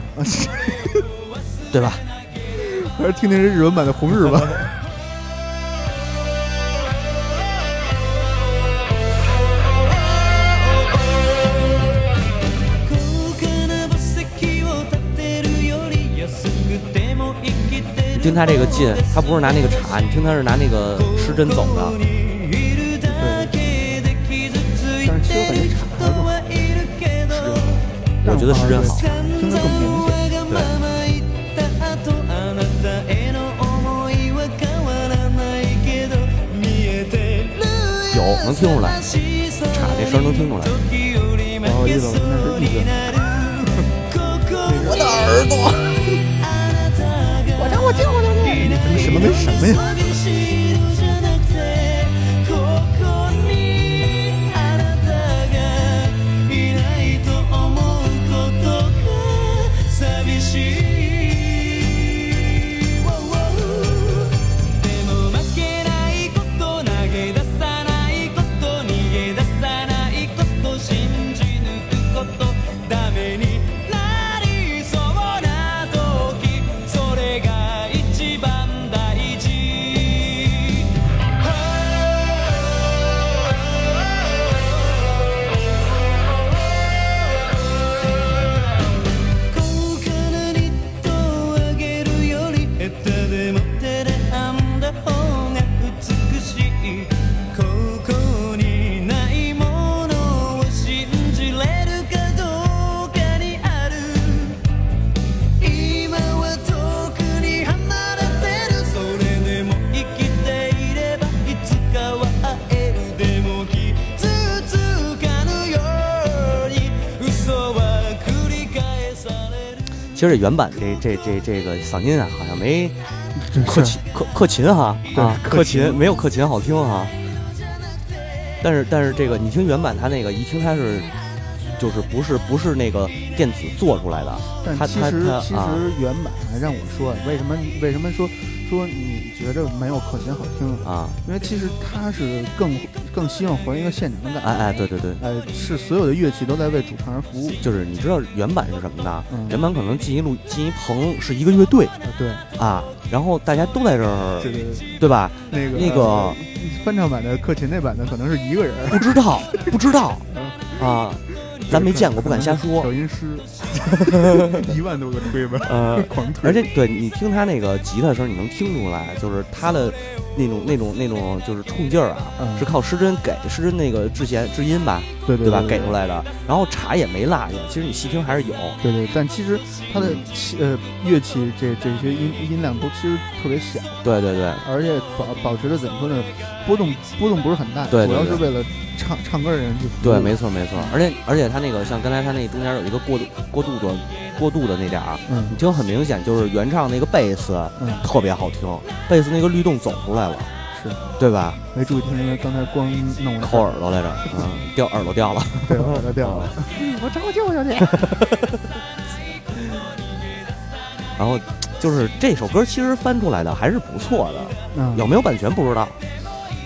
[SPEAKER 4] 对吧？
[SPEAKER 3] 还是听听这日文版的《红日》吧。
[SPEAKER 6] 高価な墓石を建てるより安くても生きて
[SPEAKER 4] 你
[SPEAKER 6] る
[SPEAKER 4] 听他这个劲，他不是拿那个镲，你听他是拿那个失真走的。
[SPEAKER 3] 但是其实我感觉差不多
[SPEAKER 4] 我觉得是真好
[SPEAKER 3] 听着更明显。
[SPEAKER 4] 有能听出来，镲这声能听出来。
[SPEAKER 6] 「
[SPEAKER 3] 好意思了，那是日本。
[SPEAKER 7] 我的耳朵，我这我见过的你他妈什么跟什 么呀？ダメになりそうな時それが一番大事高価なニットをあげるより下手でも手で編んだ方が美しいここにないものを信じれるかどうかにある今は遠くに離れてるそれでも生きていればいつかは会えるでも傷つかぬように嘘は繰り返される
[SPEAKER 4] 其实这原版这这这这个嗓音啊，好像没
[SPEAKER 3] 真是
[SPEAKER 4] 克勤克克勤哈
[SPEAKER 3] 对
[SPEAKER 4] 啊，
[SPEAKER 3] 克
[SPEAKER 4] 克
[SPEAKER 3] 勤
[SPEAKER 4] 勤没有克勤好听哈。但是但是这个你听原版，它那个一听它是就是不是不是那个电子做出来的，
[SPEAKER 3] 但
[SPEAKER 4] 它
[SPEAKER 3] 其
[SPEAKER 4] 它
[SPEAKER 3] 实
[SPEAKER 4] 它
[SPEAKER 3] 其
[SPEAKER 4] 啊
[SPEAKER 3] 实原版让我说，为什么为什么说说你觉着没有克勤好听？
[SPEAKER 4] 啊，
[SPEAKER 3] 因为其实他是更更希望还一个现场感。
[SPEAKER 4] 哎哎，对对对，
[SPEAKER 3] 呃，是所有的乐器都在为主唱而服务。
[SPEAKER 4] 就是你知道原版是什么呢？
[SPEAKER 3] 嗯
[SPEAKER 4] 原版可能进一录进一棚是一个乐队
[SPEAKER 3] 呃对，
[SPEAKER 4] 啊，然后大家都在这儿，
[SPEAKER 3] 这个
[SPEAKER 4] 对吧？
[SPEAKER 3] 那个
[SPEAKER 4] 那个
[SPEAKER 3] 呃翻唱版的克勤那版的可能是一个人儿，
[SPEAKER 4] 不知道不 知道啊，咱没见过不敢瞎说
[SPEAKER 3] 调。音 师，一万多个推吧，
[SPEAKER 4] 呃，
[SPEAKER 3] 狂推。
[SPEAKER 4] 而且对你听他那个吉他的时候，你能听出来，就是他的那种那种那种就是冲劲儿啊，
[SPEAKER 3] 嗯
[SPEAKER 4] 是靠失真给失真那个制弦制音吧，
[SPEAKER 3] 对对
[SPEAKER 4] 吧？给出。来的。然后茶也没落下，其实你细听还是有。
[SPEAKER 3] 对对，但其实它的
[SPEAKER 4] 嗯
[SPEAKER 3] 器呃乐器这这些音音量都其实特别小，
[SPEAKER 4] 对对对，
[SPEAKER 3] 而且保保持着怎么说呢，波动波动不是很大，
[SPEAKER 4] 对
[SPEAKER 3] 主
[SPEAKER 4] 对
[SPEAKER 3] 要
[SPEAKER 4] 对
[SPEAKER 3] 是为了唱唱歌的人去服务。
[SPEAKER 4] 对，没错没错。而且而且他那个像刚才他那中间有一个过渡过渡的过渡的那点儿，啊
[SPEAKER 3] 嗯
[SPEAKER 4] 你听很明显就是原唱那个贝斯
[SPEAKER 3] 嗯
[SPEAKER 4] 特别好听，贝斯那个律动走出来了，
[SPEAKER 3] 是
[SPEAKER 4] 对 吧？
[SPEAKER 3] 没注意听，因为刚才光弄我
[SPEAKER 4] 抠耳朵来着，嗯，掉耳朵掉了。
[SPEAKER 3] 对，耳朵掉
[SPEAKER 4] 哦
[SPEAKER 3] 了。嗯我找我舅舅去。
[SPEAKER 4] 然后就是这首歌其实翻出来的还是不错的，
[SPEAKER 3] 嗯，
[SPEAKER 4] 有没有版权不知道。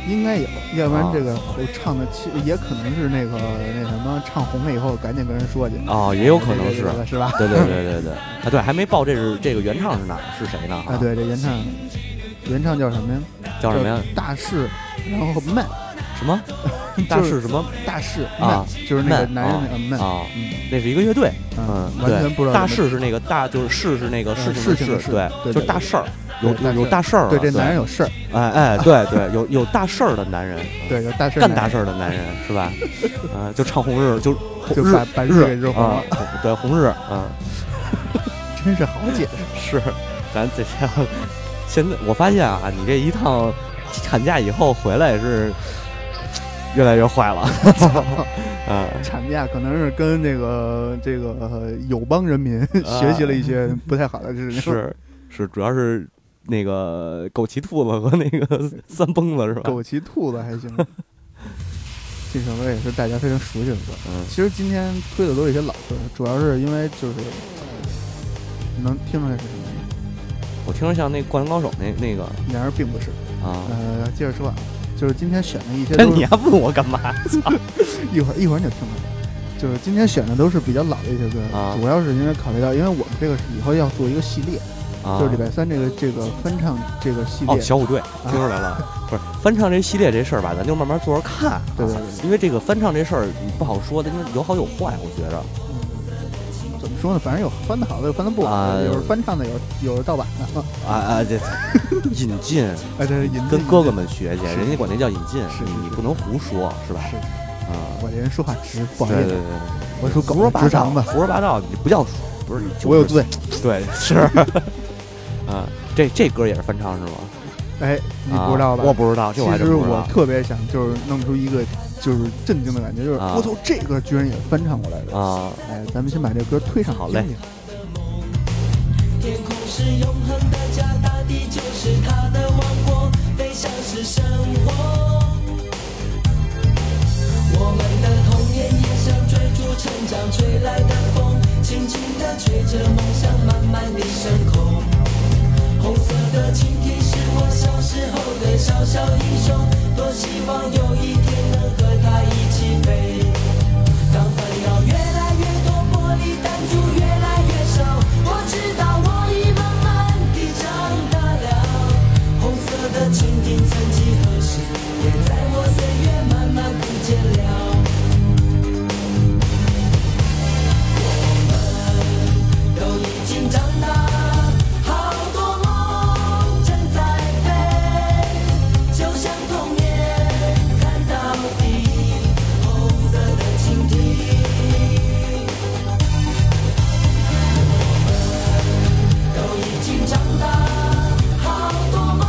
[SPEAKER 3] 应该有，要不
[SPEAKER 4] 啊
[SPEAKER 3] 然这个我唱的其也可能是那个那什么唱红了以后，赶紧跟人说去。哎
[SPEAKER 4] 哦，也有可能
[SPEAKER 3] 这
[SPEAKER 4] 是
[SPEAKER 3] 个这。个是吧？
[SPEAKER 4] 对对对对对，啊对，还没报这是这个原唱是哪儿是谁呢？
[SPEAKER 3] 啊，，对，这原唱，原唱叫什么呀？
[SPEAKER 4] 叫什么呀？？
[SPEAKER 3] 大势，然后慢，
[SPEAKER 4] 什么？大势什么？
[SPEAKER 3] 大势慢，
[SPEAKER 4] 啊
[SPEAKER 3] 就是那个
[SPEAKER 4] 慢
[SPEAKER 3] 男人那个慢，
[SPEAKER 4] 啊啊，
[SPEAKER 3] 嗯
[SPEAKER 4] 那是一个乐队。嗯
[SPEAKER 3] 嗯，，完全
[SPEAKER 4] 对
[SPEAKER 3] 不知道
[SPEAKER 4] 大
[SPEAKER 3] 怎
[SPEAKER 4] 事是那个大，就是事是那个
[SPEAKER 3] 嗯
[SPEAKER 4] 事
[SPEAKER 3] 事情
[SPEAKER 4] 情的
[SPEAKER 3] 的
[SPEAKER 4] 事，
[SPEAKER 3] 事
[SPEAKER 4] 对，
[SPEAKER 3] 对
[SPEAKER 4] 就是
[SPEAKER 3] 对
[SPEAKER 4] 大事儿，有
[SPEAKER 3] 对大
[SPEAKER 4] 有
[SPEAKER 3] 事儿
[SPEAKER 4] 大事儿
[SPEAKER 3] 么。对，
[SPEAKER 4] 了。
[SPEAKER 3] 这男人有事儿，
[SPEAKER 4] 哎哎，对对，有有大事儿的男人，嗯
[SPEAKER 3] 对，有大事儿
[SPEAKER 4] 干
[SPEAKER 3] 男
[SPEAKER 4] 大
[SPEAKER 3] 人
[SPEAKER 4] 事儿的男人是吧？嗯，就唱红日，就红
[SPEAKER 3] 就
[SPEAKER 4] 日
[SPEAKER 3] 把把日给日红
[SPEAKER 4] 啊
[SPEAKER 3] 了，，
[SPEAKER 4] 对红日啊，
[SPEAKER 3] 真是好解释。
[SPEAKER 4] 是，咱这下现在我发现啊，你这一趟产假以后回来是越来越 坏了，啊，
[SPEAKER 3] 产假可能是跟这个这个呃友邦人民学习了一些不太好的知识，
[SPEAKER 4] 是是，主要是那个枸杞兔子和那个 三蹦子是吧？
[SPEAKER 3] 枸杞兔子还行。这首歌也是大家非常熟悉的歌。
[SPEAKER 4] 嗯
[SPEAKER 3] 其实今天推的都是一些老歌，主要是因为就是能听出来是什么，
[SPEAKER 4] 我听着像那《灌篮高手》那那个
[SPEAKER 3] 然而并不是。
[SPEAKER 4] 啊。哎
[SPEAKER 3] 呃，接着说啊，就是今天选的一些
[SPEAKER 4] 那
[SPEAKER 3] 都
[SPEAKER 4] 你
[SPEAKER 3] 是
[SPEAKER 4] 还问我干嘛？
[SPEAKER 3] 一会儿一会儿你就听到了。就是今天选的都是比较老的一些歌，
[SPEAKER 4] 啊
[SPEAKER 3] 主要是因为考虑到，因为我们这个是以后要做一个系列，
[SPEAKER 4] 啊
[SPEAKER 3] 就是礼拜三这个这个翻唱这个系列，
[SPEAKER 4] 哦，小虎
[SPEAKER 3] 啊
[SPEAKER 4] 队听出来了，不是翻唱这系列这事儿吧，咱就慢慢做着看啊。
[SPEAKER 3] 对对对对
[SPEAKER 4] 因为这个翻唱这事儿你不好说，因为有好有坏，我觉着
[SPEAKER 3] 嗯怎么说呢？反正有翻的好的，有翻的不好
[SPEAKER 4] 啊
[SPEAKER 3] 的，有是翻唱的，有有是盗版的。
[SPEAKER 4] 啊啊，这引 进
[SPEAKER 3] 哎，这是引
[SPEAKER 4] 跟哥哥们学去，
[SPEAKER 3] 是
[SPEAKER 4] 人家管那叫引进，
[SPEAKER 3] 是
[SPEAKER 4] 你
[SPEAKER 3] 是
[SPEAKER 4] 你不能胡说，是吧？
[SPEAKER 3] 是，
[SPEAKER 4] 啊，
[SPEAKER 3] 我这人说话直，不好
[SPEAKER 4] 对
[SPEAKER 3] 意
[SPEAKER 4] 对对
[SPEAKER 3] 思，
[SPEAKER 4] 对，
[SPEAKER 3] 我属狗
[SPEAKER 4] 胡说
[SPEAKER 3] 直
[SPEAKER 4] 八道
[SPEAKER 3] 肠子，
[SPEAKER 4] 胡说八道，你不叫不是，你就是
[SPEAKER 3] 我有罪。
[SPEAKER 4] 对是，啊，这这歌也是翻唱是吗？
[SPEAKER 3] 哎，你不知道吧？
[SPEAKER 4] 啊我不知道，这我还
[SPEAKER 3] 其
[SPEAKER 4] 真
[SPEAKER 3] 实
[SPEAKER 4] 不知
[SPEAKER 3] 我
[SPEAKER 4] 道。
[SPEAKER 3] 特别想就是弄出一个就是震惊的感觉，就是
[SPEAKER 4] 啊
[SPEAKER 3] 我操，这歌居然也翻唱过来的！
[SPEAKER 4] 啊，
[SPEAKER 3] 哎，咱们先把这歌推上
[SPEAKER 4] 好
[SPEAKER 3] 听
[SPEAKER 4] 嘞
[SPEAKER 3] 听
[SPEAKER 7] 天空是永恒的家，大地就是他的王国，飞翔是生活。我们的童年也像追逐成长吹来的风，轻轻地吹着梦想，慢慢地升空。红色的蜻蜓是我小时候的小小英雄，多希望有一天能和它一起飞。当烦恼越来越多，玻璃弹珠越来越少，我知道我已慢慢地长大了。红色的蜻蜓曾几何时，也在我岁月慢慢不见了。都已经长大，好多梦正在飞，就像童年看到的红色的蜻蜓。我们都已经长大，好多梦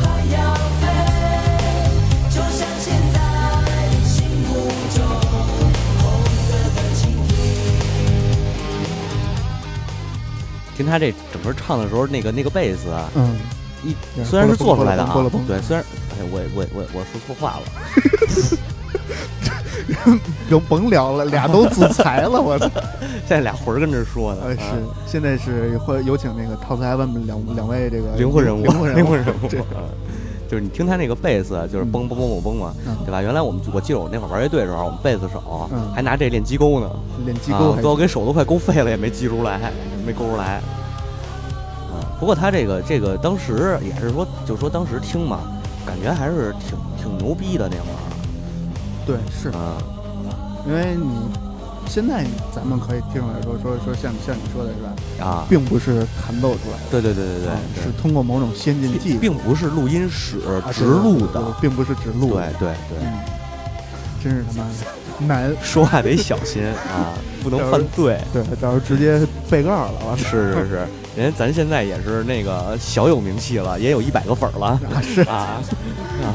[SPEAKER 7] 还要飞，就像现在心目中红色的蜻蜓。
[SPEAKER 4] 听他这整个唱的时候，那个那个贝斯啊，
[SPEAKER 3] 嗯，
[SPEAKER 4] 一
[SPEAKER 3] 对
[SPEAKER 4] 虽然是做出来的啊
[SPEAKER 3] 蹦蹦蹦蹦蹦蹦，
[SPEAKER 4] 对，虽然哎，我我我我说错话了，
[SPEAKER 3] 就甭聊了，俩都自裁了，我操！
[SPEAKER 4] 现在俩魂儿跟这说呢
[SPEAKER 3] 呃，，
[SPEAKER 4] 啊
[SPEAKER 3] 是，现在是会有请那个套词 FM 两两位这个
[SPEAKER 4] 灵魂人物，
[SPEAKER 3] 灵魂人
[SPEAKER 4] 灵
[SPEAKER 3] 物
[SPEAKER 4] 魂人物
[SPEAKER 3] 这。
[SPEAKER 4] 啊就是你听他那个贝斯，啊就是
[SPEAKER 3] 嗯
[SPEAKER 4] 嘣嘣嘣嘣嘣嘛
[SPEAKER 3] 嗯，
[SPEAKER 4] 对吧？原来我们我记得我那会儿玩乐队的时候，我们贝斯手
[SPEAKER 3] 嗯
[SPEAKER 4] 还拿这练机钩呢，
[SPEAKER 3] 练机
[SPEAKER 4] 啊
[SPEAKER 3] 构还
[SPEAKER 4] 最后给手都快勾废了，也没击出来，没勾出来。啊，不过他这个这个当时也是说，就说当时听嘛，感觉还是挺挺牛逼的那会儿
[SPEAKER 3] 对是，
[SPEAKER 4] 啊。
[SPEAKER 3] 因为你现在咱们可以听出来说说说像像你说的是吧，
[SPEAKER 4] 啊，
[SPEAKER 3] 并不是弹奏出来的，
[SPEAKER 4] 对对对对
[SPEAKER 3] 啊
[SPEAKER 4] 对，
[SPEAKER 3] 是通过某种先进
[SPEAKER 4] 并
[SPEAKER 3] 技术
[SPEAKER 4] 并不是录音室
[SPEAKER 3] 啊
[SPEAKER 4] 直录
[SPEAKER 3] 对
[SPEAKER 4] 的，
[SPEAKER 3] 并不是直
[SPEAKER 4] 对
[SPEAKER 3] 录的，
[SPEAKER 4] 对对，
[SPEAKER 3] 嗯，真是他妈难，
[SPEAKER 4] 说话得小心啊，不能 犯罪。
[SPEAKER 3] 对，到时候直接被告了，我操！
[SPEAKER 4] 是是是，人家咱现在也是那个小有名气了，也有一百个粉儿了
[SPEAKER 3] 啊是
[SPEAKER 4] 啊。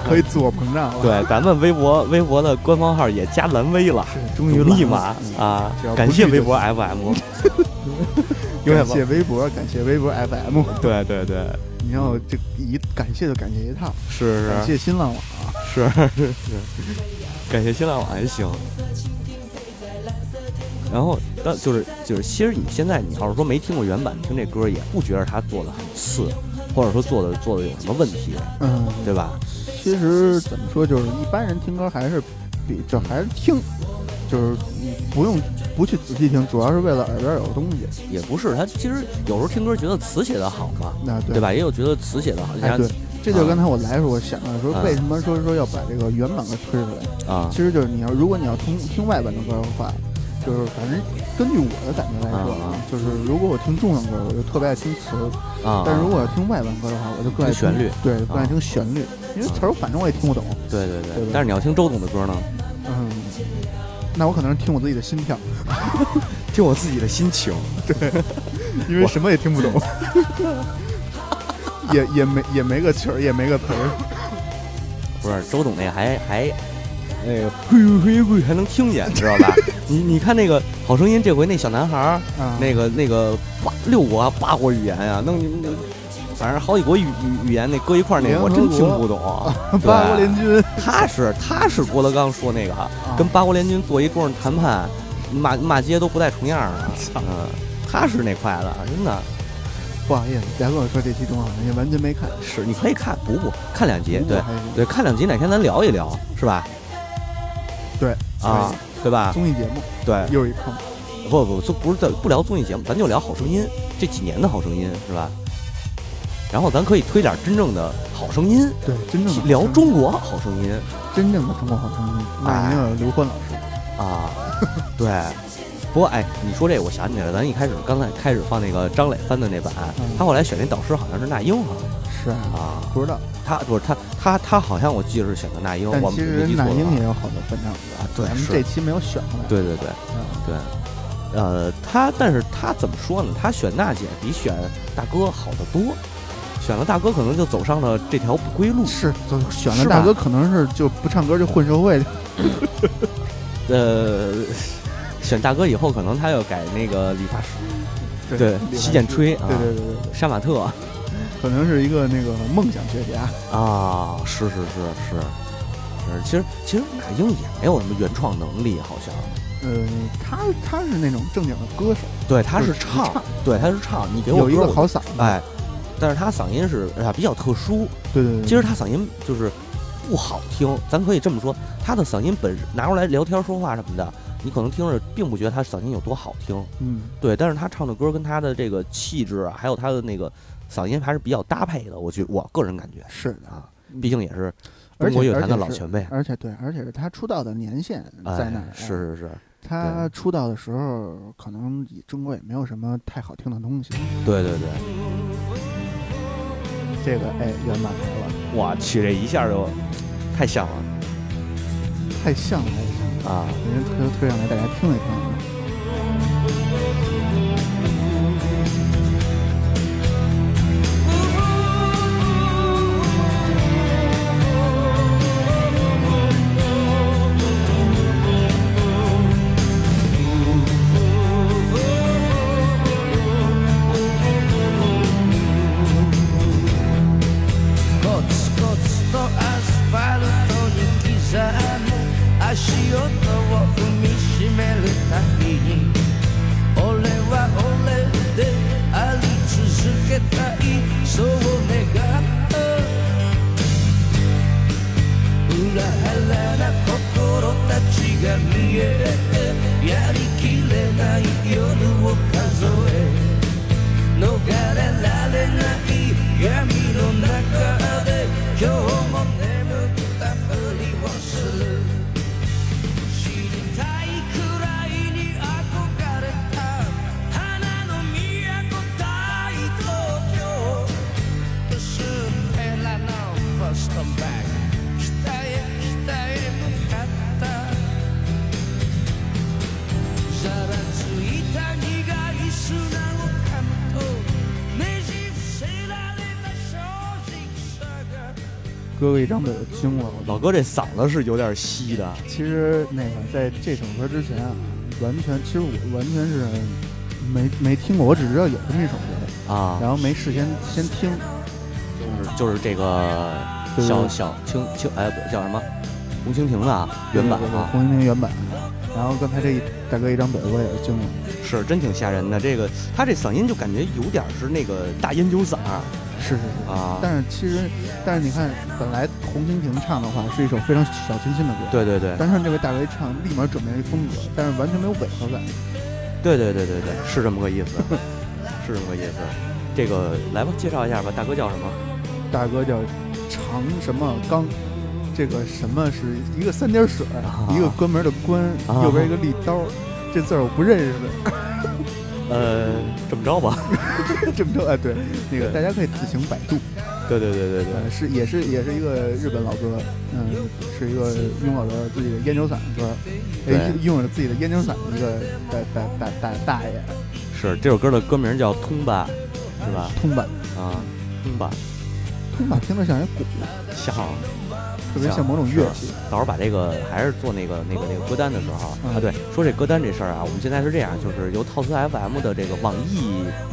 [SPEAKER 3] 可以自我膨胀了，，
[SPEAKER 4] 对，咱们微博微博的官方号也加蓝微了，
[SPEAKER 3] 是终于
[SPEAKER 4] 有密
[SPEAKER 3] 来了
[SPEAKER 4] 码
[SPEAKER 3] 嗯
[SPEAKER 4] 啊
[SPEAKER 3] 只要！不
[SPEAKER 4] 感谢
[SPEAKER 3] 拒
[SPEAKER 4] 微
[SPEAKER 3] 就
[SPEAKER 4] 博 FM，永远
[SPEAKER 3] 感
[SPEAKER 4] 忘
[SPEAKER 3] 谢微博，感谢微博 FM，
[SPEAKER 4] 对对对，
[SPEAKER 3] 你让我这一感谢就感谢一趟，
[SPEAKER 4] 是
[SPEAKER 3] 感
[SPEAKER 4] 是
[SPEAKER 3] 谢新浪网，
[SPEAKER 4] 是是，感谢新浪网还行。然后，但就是就是，其实你现在你要是说没听过原版，听这歌也不觉得他做的很次，或者说做的做的有什么问题，
[SPEAKER 3] 嗯，
[SPEAKER 4] 对吧？
[SPEAKER 3] 其实怎么说，就是一般人听歌还是比就还是听，就是你不用不去仔细听，主要是为了耳边有东西。
[SPEAKER 4] 也不是，他其实有时候听歌觉得词写的好嘛，
[SPEAKER 3] 那对
[SPEAKER 4] 对？吧？也有觉得词写的好，
[SPEAKER 3] 哎，
[SPEAKER 4] 像
[SPEAKER 3] 对，这就是
[SPEAKER 4] 啊
[SPEAKER 3] 刚才我来的时候我想的，说
[SPEAKER 4] 啊
[SPEAKER 3] 为什么说说要把这个原版给推出来？
[SPEAKER 4] 啊
[SPEAKER 3] 其实就是你要如果你要听听外版的歌的话，就是反正根据我的感觉来说
[SPEAKER 4] 啊啊，
[SPEAKER 3] 就是如果我听中文歌，我就特别爱听词；
[SPEAKER 4] 啊，
[SPEAKER 3] 但如果要听外版歌的话，我就更爱
[SPEAKER 4] 听旋律
[SPEAKER 3] 对，更爱
[SPEAKER 4] 啊
[SPEAKER 3] 听旋律，因为词儿反正我也听不懂。
[SPEAKER 4] 对对对
[SPEAKER 3] 对吧，
[SPEAKER 4] 但是你要听周董的歌呢，
[SPEAKER 3] 嗯，那我可能是听我自己的心跳。
[SPEAKER 4] 听我自己的心情，
[SPEAKER 3] 因为什么也听不懂，也也没也没个曲儿，也没个词儿。
[SPEAKER 4] 不是周董那还还那个嘿呦嘿呦嘿还能听 见，知道吧？你你看那个《好声音》这回那小男孩儿，
[SPEAKER 3] 啊
[SPEAKER 4] 那个那个八六国啊八国语言啊，弄你们反正好几国语语语言那搁一块儿那
[SPEAKER 3] 联
[SPEAKER 4] 个
[SPEAKER 3] 合
[SPEAKER 4] 我
[SPEAKER 3] 国。
[SPEAKER 4] 真听不懂
[SPEAKER 3] 八国联
[SPEAKER 4] 对
[SPEAKER 3] 军，嗯
[SPEAKER 4] 他是他是郭德纲说那个，跟八国联军坐一桌上谈判，骂骂街都不带重样儿的。嗯，他是那块的，真的
[SPEAKER 3] 不好意思，别跟我说这期中好声音完全没看。
[SPEAKER 4] 是你可以看补补看两集，
[SPEAKER 3] 补补
[SPEAKER 4] 对
[SPEAKER 3] 还行
[SPEAKER 4] 对，看两集哪天咱聊一聊，是吧？
[SPEAKER 3] 对
[SPEAKER 4] 啊，，对吧？
[SPEAKER 3] 综艺节目
[SPEAKER 4] 对，
[SPEAKER 3] 又一坑。
[SPEAKER 4] 不不不，不是在不聊综艺节目，咱就聊《好声音》这几年的《好声音》，是吧？然后咱可以推点真正的好声音，
[SPEAKER 3] 对，真正的
[SPEAKER 4] 聊
[SPEAKER 3] 中
[SPEAKER 4] 中国好声音
[SPEAKER 3] 真正的中国好声音，那一定要有刘欢老师。
[SPEAKER 4] 啊，对。不过哎，你说这我想起来了，咱一开始刚才开始放那个张磊翻的那版，
[SPEAKER 3] 嗯
[SPEAKER 4] 他后来选那导师好像是那英好像
[SPEAKER 3] 是啊，
[SPEAKER 4] 啊，
[SPEAKER 3] 不知道，
[SPEAKER 4] 他不是他他他好像我记得是选的那英，
[SPEAKER 3] 但
[SPEAKER 4] 我
[SPEAKER 3] 其
[SPEAKER 4] 们
[SPEAKER 3] 实
[SPEAKER 4] 没记错
[SPEAKER 3] 那
[SPEAKER 4] 的
[SPEAKER 3] 英
[SPEAKER 4] 话
[SPEAKER 3] 也有好多翻唱歌
[SPEAKER 4] 啊对
[SPEAKER 3] 咱们
[SPEAKER 4] 是
[SPEAKER 3] 这期没有选出来。啊
[SPEAKER 4] 对对对对，呃，他但是他怎么说呢？他选娜姐比选大哥好得多。选了大哥，可能就走上了这条不归路。
[SPEAKER 3] 是，就嗯选了
[SPEAKER 4] 是
[SPEAKER 3] 大
[SPEAKER 4] 吧
[SPEAKER 3] 哥，可能是就不唱歌就混社会的，
[SPEAKER 4] 呃， 选大哥以后，可能他要改那个理发师对
[SPEAKER 3] 李白
[SPEAKER 4] 洗剪吹啊
[SPEAKER 3] 对对对对对，
[SPEAKER 4] 杀马特
[SPEAKER 3] 可能是一个那个梦想学家，
[SPEAKER 4] 啊，是是是是是，其实其实马英也没有什么原创能力，好像。
[SPEAKER 3] 呃，他他是那种正经的歌手，
[SPEAKER 4] 对，他
[SPEAKER 3] 就是是
[SPEAKER 4] 唱，
[SPEAKER 3] 唱
[SPEAKER 4] 对，他是唱。你给我
[SPEAKER 3] 有一
[SPEAKER 4] 歌
[SPEAKER 3] 个
[SPEAKER 4] 我
[SPEAKER 3] 好嗓子，
[SPEAKER 4] 哎，但是他嗓音是啊比较特殊，
[SPEAKER 3] 对对对，
[SPEAKER 4] 其实他嗓音就是不好听，咱可以这么说，他的嗓音本拿出来聊天说话什么的，你可能听着并不觉得他嗓音有多好听，
[SPEAKER 3] 嗯，
[SPEAKER 4] 对，但是他唱的歌跟他的这个气质啊，还有他的那个嗓音还是比较搭配的，我觉我个人感觉
[SPEAKER 3] 是的，
[SPEAKER 4] 啊，
[SPEAKER 3] 嗯
[SPEAKER 4] 毕竟也是
[SPEAKER 3] 而
[SPEAKER 4] 中
[SPEAKER 3] 且
[SPEAKER 4] 国乐
[SPEAKER 3] 而
[SPEAKER 4] 坛的
[SPEAKER 3] 且
[SPEAKER 4] 老
[SPEAKER 3] 是
[SPEAKER 4] 前辈，
[SPEAKER 3] 而且对，而且是他出道的年限在那儿、啊
[SPEAKER 4] 哎，是是是，
[SPEAKER 3] 他
[SPEAKER 4] 对
[SPEAKER 3] 出道的时候，可能以中国也没有什么太好听的东西。
[SPEAKER 4] 对对对。
[SPEAKER 3] 这个哎，圆满来了，
[SPEAKER 4] 我去，这一下就太像了
[SPEAKER 3] 太像了，太
[SPEAKER 4] 啊！
[SPEAKER 3] 像了人家特特想来大家听一听啊。
[SPEAKER 7] コツコツとアスファルトに刻む足音を踏みしめるたびに俺は俺であり続けたいそう願った裏腹な心たちが見えてやりきれない夜を数え逃れられない闇の中で今日も眠ったふりをする知りたいくらいに憧れた花の都大東京 This and I know first come back 北へ北へ向かったざらついた苦い砂を噛むとねじ伏せられた正直さが
[SPEAKER 3] 各位一张嘴就惊了。我
[SPEAKER 4] 老哥这嗓子是有点稀的，
[SPEAKER 3] 其实那个在这首歌之前啊，完全其实我完全是没没听过，我只知道有这么一首歌，
[SPEAKER 4] 啊，
[SPEAKER 3] 然后没事先先听。
[SPEAKER 4] 就是就是这个
[SPEAKER 3] 对
[SPEAKER 4] 小
[SPEAKER 3] 对
[SPEAKER 4] 小青青哎不叫什么红蜻蜓的啊原版
[SPEAKER 3] 对对对
[SPEAKER 4] 啊，
[SPEAKER 3] 红蜻蜓原版。然后刚才这一大哥一张嘴我也是惊了，
[SPEAKER 4] 是真挺吓人的。这个他这嗓音就感觉有点是那个大烟酒嗓
[SPEAKER 3] 是是是。
[SPEAKER 4] 啊，
[SPEAKER 3] 但是其实，但是你看，本来红蜻蜓唱的话是一首非常小清新的歌，
[SPEAKER 4] 对对对
[SPEAKER 3] 但是这位大为唱立马转变了一风格，但是完全没有违和感。
[SPEAKER 4] 对对对对对，是这么个意思，是这么个意思。这个来吧，介绍一下吧，大哥叫什么？
[SPEAKER 3] 大哥叫长什么刚，这个什么是一个三点水，
[SPEAKER 4] 啊
[SPEAKER 3] 一个关门的关，
[SPEAKER 4] 啊
[SPEAKER 3] 右边一个立刀，这字儿我不认 识的。
[SPEAKER 4] 呃，这么着吧。
[SPEAKER 3] 这么着哎，对，那个大家可以自行百度。
[SPEAKER 4] 对对对对对，
[SPEAKER 3] 呃，是也是也是一个日本老哥，嗯，是一个拥有着自己的烟酒嗓的歌，
[SPEAKER 4] 对
[SPEAKER 3] 哎，拥有着自己的烟酒嗓的一个大大大大大爷，
[SPEAKER 4] 是这首歌的歌名叫《通吧》，是吧？
[SPEAKER 3] 通版
[SPEAKER 4] 啊，通吧，
[SPEAKER 3] 通版听着像一鼓，
[SPEAKER 4] 像
[SPEAKER 3] 特别像某种乐器。
[SPEAKER 4] 到时候把这个还是做那个那个那个歌单的时候、
[SPEAKER 3] 嗯
[SPEAKER 4] 啊，对，说这歌单这事儿啊，我们现在是这样，就是由套词 FM 的这个网易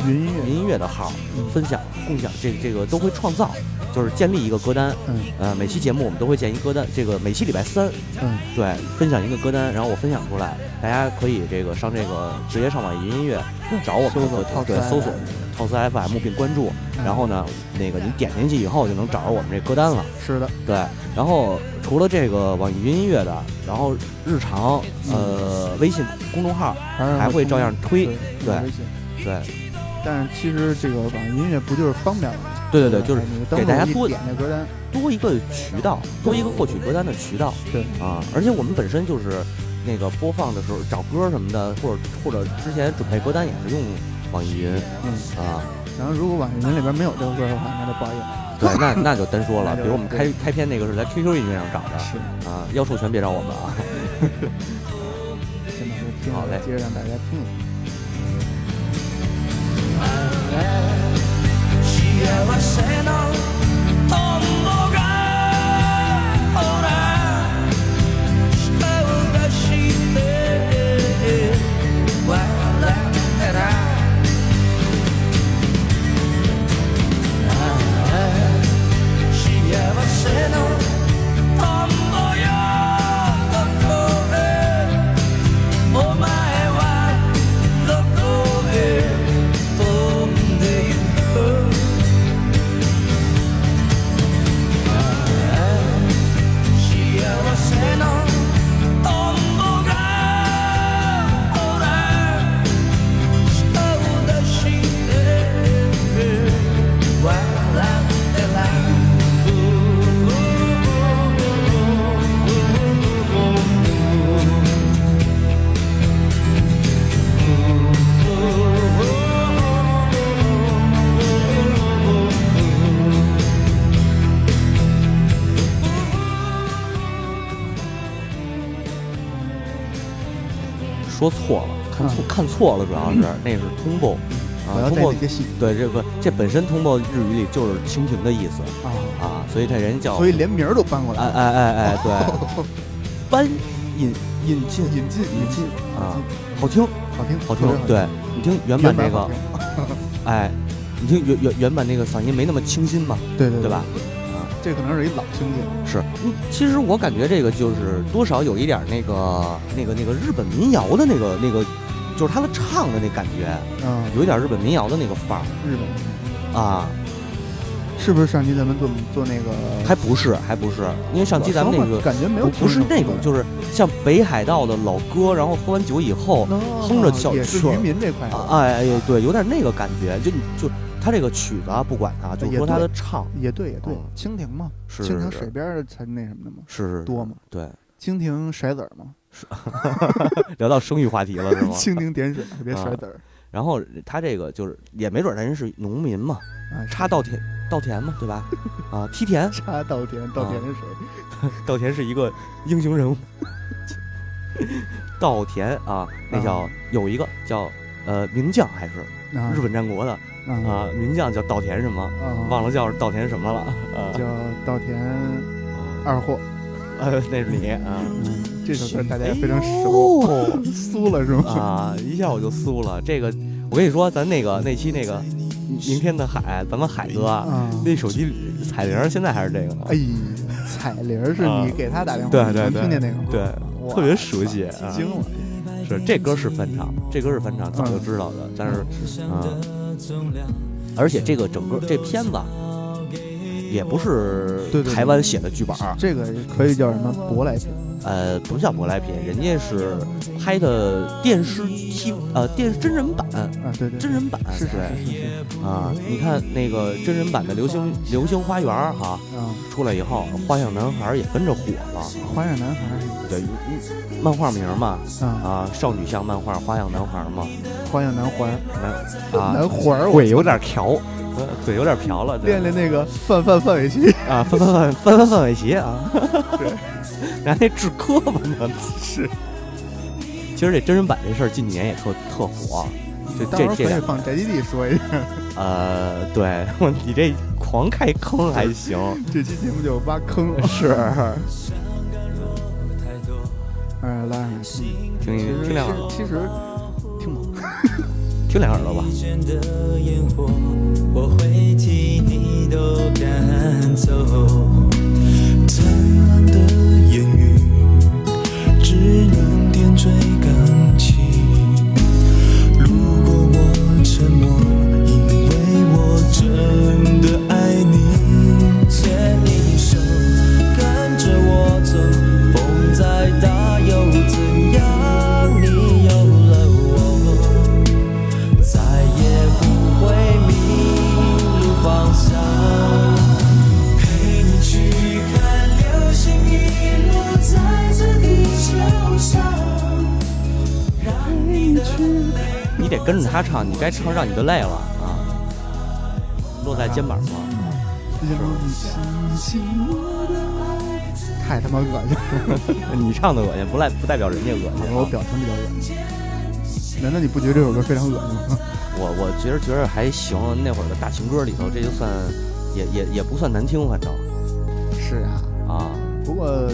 [SPEAKER 3] 云音
[SPEAKER 4] 云
[SPEAKER 3] 乐，
[SPEAKER 4] 音乐的号
[SPEAKER 3] 嗯
[SPEAKER 4] 分享、共享，这这个都会创造，就是建立一个歌单。
[SPEAKER 3] 嗯
[SPEAKER 4] 呃，每期节目我们都会建一歌单，这个每期礼拜三，
[SPEAKER 3] 嗯，
[SPEAKER 4] 对，分享一个歌单，然后我分享出来，大家可以这个上这个直接上网易云音乐找我们
[SPEAKER 3] 嗯搜索
[SPEAKER 4] 对
[SPEAKER 3] 套词
[SPEAKER 4] 对，搜索
[SPEAKER 3] FM
[SPEAKER 4] 套词 FM 并关注，
[SPEAKER 3] 嗯
[SPEAKER 4] 然后呢，那个你点进去以后就能找着我们这歌单了。
[SPEAKER 3] 是的，
[SPEAKER 4] 对，然后除了这个网易云音乐的，然后日常呃微信公众号
[SPEAKER 3] 还
[SPEAKER 4] 还会照样推，对
[SPEAKER 3] 对。微信
[SPEAKER 4] 对
[SPEAKER 3] 但是其实这个网易音乐不就是方便了？
[SPEAKER 4] 对对对，就是
[SPEAKER 3] 你登
[SPEAKER 4] 给
[SPEAKER 3] 录
[SPEAKER 4] 大家
[SPEAKER 3] 一
[SPEAKER 4] 多
[SPEAKER 3] 点那歌单，
[SPEAKER 4] 多一个渠道，多一个获取歌单的渠道。
[SPEAKER 3] 对
[SPEAKER 4] 啊，而且我们本身就是那个播放的时候找歌什么的，或者或者之前准备歌单也是用网易云
[SPEAKER 3] 嗯，
[SPEAKER 4] 啊。
[SPEAKER 3] 然后如果网易云里边没有这个歌的话，那就不好意思了。
[SPEAKER 4] 对，那那就单说
[SPEAKER 3] 那
[SPEAKER 4] 了，
[SPEAKER 3] 就
[SPEAKER 4] 比如我们开
[SPEAKER 3] 对
[SPEAKER 4] 开篇那个是在 QQ 音乐上找的。
[SPEAKER 3] 是，
[SPEAKER 4] 啊，要授权别找我们啊！
[SPEAKER 3] 现在就听
[SPEAKER 4] 好嘞
[SPEAKER 3] 接着让大家听一听。
[SPEAKER 7] 幸せやらせのトンボがほら舌を出して笑ったら幸せのトンボよどこへお前はどこへ飛んでゆく幸せのトンボがほら舌を出して笑ってら
[SPEAKER 4] 说错了，看错看错了，主要是那是通报
[SPEAKER 3] 嗯我
[SPEAKER 4] 啊，
[SPEAKER 3] 要
[SPEAKER 4] 通
[SPEAKER 3] 带
[SPEAKER 4] 报
[SPEAKER 3] 这些戏
[SPEAKER 4] 对这不这本身通报日语里就是清群的意思
[SPEAKER 3] 啊，
[SPEAKER 4] 啊，所以这人叫
[SPEAKER 3] 所以连名儿都搬过
[SPEAKER 4] 哎
[SPEAKER 3] 来，
[SPEAKER 4] 哎哎哎对， 搬引引进
[SPEAKER 3] 引进引进
[SPEAKER 4] 啊，好听
[SPEAKER 3] 好听
[SPEAKER 4] 好
[SPEAKER 3] 好
[SPEAKER 4] 听
[SPEAKER 3] 听，，
[SPEAKER 4] 对你听原版
[SPEAKER 3] 原版
[SPEAKER 4] 这
[SPEAKER 3] 好
[SPEAKER 4] 个
[SPEAKER 3] 听，
[SPEAKER 4] 哎，你听原原原版那个嗓音没那么清新嘛，
[SPEAKER 3] 对对
[SPEAKER 4] 对吧？？
[SPEAKER 3] 这可能是一老兄弟，
[SPEAKER 4] 是，嗯其实我感觉这个就是多少有一点儿那个那个那个日本民谣的那个那个，就是他的唱的那感觉，
[SPEAKER 3] 啊，
[SPEAKER 4] 有一点儿日本民谣的那个范儿
[SPEAKER 3] 日本
[SPEAKER 4] 啊，
[SPEAKER 3] 是不是上期咱们做做那个
[SPEAKER 4] 还不是还不是，因为上期咱们那个
[SPEAKER 3] 感觉没有
[SPEAKER 4] 不不是那种
[SPEAKER 3] 是
[SPEAKER 4] 就是像北海道的老歌，然后喝完酒以后哼着小
[SPEAKER 3] 哦也是
[SPEAKER 4] 曲儿
[SPEAKER 3] 渔民这块的
[SPEAKER 4] 啊，哎哎哎对，有点那个感觉，就你就他这个曲子啊，不管他，就是
[SPEAKER 3] 也
[SPEAKER 4] 说他
[SPEAKER 3] 对
[SPEAKER 4] 的唱
[SPEAKER 3] 也对也对
[SPEAKER 4] 嗯，
[SPEAKER 3] 蜻蜓嘛，
[SPEAKER 4] 是
[SPEAKER 3] 蜻
[SPEAKER 4] 是
[SPEAKER 3] 蜓
[SPEAKER 4] 是
[SPEAKER 3] 水边儿才那什么的嘛，
[SPEAKER 4] 是是
[SPEAKER 3] 多嘛，
[SPEAKER 4] 对，
[SPEAKER 3] 蜻蜓甩籽儿嘛，
[SPEAKER 4] 聊到生育话题了是 吗？
[SPEAKER 3] 蜻蜓点水别
[SPEAKER 4] 啊
[SPEAKER 3] 甩籽儿
[SPEAKER 4] 然后他这个就是也没准儿人是农民嘛。
[SPEAKER 3] 啊，
[SPEAKER 4] 插稻田稻田嘛，对 吧？啊，梯田，
[SPEAKER 3] 插稻田，稻田是谁？
[SPEAKER 4] 稻田是一个英雄人物。 稻田啊，那叫有一个叫呃名将还是
[SPEAKER 3] 啊
[SPEAKER 4] 日本战国的啊
[SPEAKER 3] 啊，
[SPEAKER 4] 名将叫稻田什么，
[SPEAKER 3] 啊
[SPEAKER 4] 忘了叫稻田什么了啊
[SPEAKER 3] 叫稻田二货，
[SPEAKER 4] 呃，那是你啊，
[SPEAKER 3] 嗯，这首歌大家也非常
[SPEAKER 4] 哎
[SPEAKER 3] 熟，酥了是
[SPEAKER 4] 哎呦
[SPEAKER 3] 吗？
[SPEAKER 4] 啊，一下我就酥了。这个我跟你说，咱那个那期那个明天的海，咱们海哥啊，
[SPEAKER 3] 啊，
[SPEAKER 4] 那手机彩铃儿现在还是这个呢，
[SPEAKER 3] 哎，彩铃儿是
[SPEAKER 4] 啊
[SPEAKER 3] 你给他打电话，
[SPEAKER 4] 对
[SPEAKER 3] 你
[SPEAKER 4] 对
[SPEAKER 3] 能
[SPEAKER 4] 对
[SPEAKER 3] 听见那个吗？
[SPEAKER 4] 对，
[SPEAKER 3] 哇
[SPEAKER 4] 特别熟悉啊。
[SPEAKER 3] 惊了，
[SPEAKER 4] 是这歌是翻唱，这歌是翻唱，早就知道的。但是，嗯，而且这个整个这片子啊也不是
[SPEAKER 3] 对对对
[SPEAKER 4] 台湾写的剧本儿，
[SPEAKER 3] 这个可以叫什么舶来品？
[SPEAKER 4] 呃，不是叫舶来品，人家是拍的电视 T 呃电真人版，
[SPEAKER 3] 啊，对对，
[SPEAKER 4] 真人版
[SPEAKER 3] 是是
[SPEAKER 4] 对
[SPEAKER 3] 是是
[SPEAKER 4] 啊、你看那个真人版的《流星流星花园》哈、
[SPEAKER 3] 是啊，
[SPEAKER 4] 出来以后，《花样男孩》也跟着火了。
[SPEAKER 3] 花样男孩
[SPEAKER 4] 对，漫画名嘛，
[SPEAKER 3] 啊，
[SPEAKER 4] 啊，少女像漫画《花样男孩》嘛，
[SPEAKER 3] 花样男环，
[SPEAKER 4] 男啊，
[SPEAKER 3] 男环儿，我
[SPEAKER 4] 嘴有点瓢，呃嘴有点瓢了，对
[SPEAKER 3] 练练那个范范范玮琪，
[SPEAKER 4] 啊，翻翻翻翻翻范玮琪啊， 拿那治胳膊呢，是。其实这真人版这事儿近几年也特特火，就
[SPEAKER 3] 到时
[SPEAKER 4] 这
[SPEAKER 3] 候可
[SPEAKER 4] 这
[SPEAKER 3] 以
[SPEAKER 4] 两
[SPEAKER 3] 放宅基地说一下，
[SPEAKER 4] 呃，对 你这狂开坑还行，
[SPEAKER 3] 这期节目就挖坑了，
[SPEAKER 4] 是
[SPEAKER 3] 哎，拉上来
[SPEAKER 4] 听
[SPEAKER 3] 其实
[SPEAKER 4] 听两耳朵，
[SPEAKER 3] 其实听不懂，
[SPEAKER 4] 听两耳朵吧。
[SPEAKER 6] 倦的烟火，我会替你都赶走。灿烂的言语，只能点缀钢琴。如果我沉默，因为我真的爱你。牵你手，跟着我走，风再大又怎样？你有了我。再也不会迷路方向。陪你去看流星雨落在这地球上，让你的
[SPEAKER 4] 你得跟着他唱，你该唱让你的累了啊，落在肩膀上。
[SPEAKER 3] 让你相信我的爱，太他妈恶心了。
[SPEAKER 4] 你唱的恶心，不赖不代表人家恶
[SPEAKER 3] 可
[SPEAKER 4] 心
[SPEAKER 3] 嗯能我
[SPEAKER 4] 啊。
[SPEAKER 3] 表情比较恶心。难道你不觉得这首歌非常恶心吗？
[SPEAKER 4] 我我觉得觉得还行，那会儿的大情歌里头，这就算也也也不算难听，反正
[SPEAKER 3] 是啊，
[SPEAKER 4] 啊，
[SPEAKER 3] 不过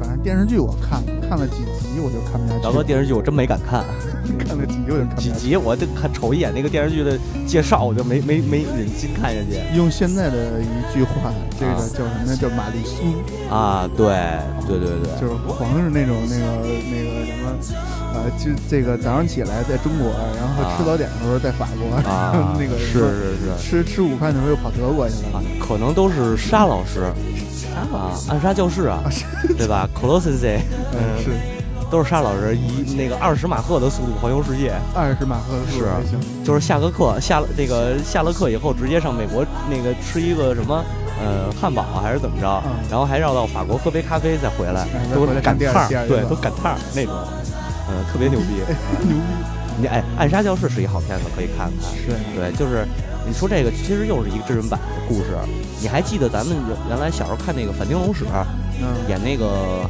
[SPEAKER 3] 反正电视剧我看看了几集我就看不下去，
[SPEAKER 4] 大哥电视剧我真没敢 看，
[SPEAKER 3] 看了几集我就看不
[SPEAKER 4] 几
[SPEAKER 3] 下去。
[SPEAKER 4] 集我就看瞅一眼那个电视剧的介绍，我就没没没忍心看下去
[SPEAKER 3] 用现在的一句话，这个
[SPEAKER 4] 啊
[SPEAKER 3] 叫什么呢？叫玛丽苏，
[SPEAKER 4] 啊，对对对对，
[SPEAKER 3] 就是皇是那种那个那个什么，呃，就这个早上起来在中国，然后吃
[SPEAKER 4] 啊
[SPEAKER 3] 早点的时候在法国，然
[SPEAKER 4] 啊
[SPEAKER 3] 后 那个
[SPEAKER 4] 是是是
[SPEAKER 3] 吃吃午饭的时候又跑德国去了
[SPEAKER 4] 啊，，可能都是沙老师啊，暗杀教室啊，对吧 c o l o s s e
[SPEAKER 3] 嗯，是
[SPEAKER 4] 都是沙老师以那个二十马赫的速度环游世界，
[SPEAKER 3] 二十马赫的速度
[SPEAKER 4] 是啊
[SPEAKER 3] 还行，
[SPEAKER 4] 就是下个课下了那个下了课以后，直接上美国那个吃一个什么呃汉堡啊还是怎么着
[SPEAKER 3] 嗯，
[SPEAKER 4] 然后还绕到法国喝杯咖啡再回来
[SPEAKER 3] 哎，再
[SPEAKER 4] 都
[SPEAKER 3] 回来
[SPEAKER 4] 赶
[SPEAKER 3] 上第二
[SPEAKER 4] 趟儿
[SPEAKER 3] 第二
[SPEAKER 4] 对，
[SPEAKER 3] 个
[SPEAKER 4] 都赶趟儿那种，嗯，特别牛 逼，
[SPEAKER 3] 牛
[SPEAKER 4] 你哎，暗杀教室是一好片子，可以看看。
[SPEAKER 3] 逼是啊
[SPEAKER 4] 对，就是你说这个，其实又是一个真人版的故事。你还记得咱们原来小时候看那个《反町隆史》
[SPEAKER 3] 嗯
[SPEAKER 4] 演那个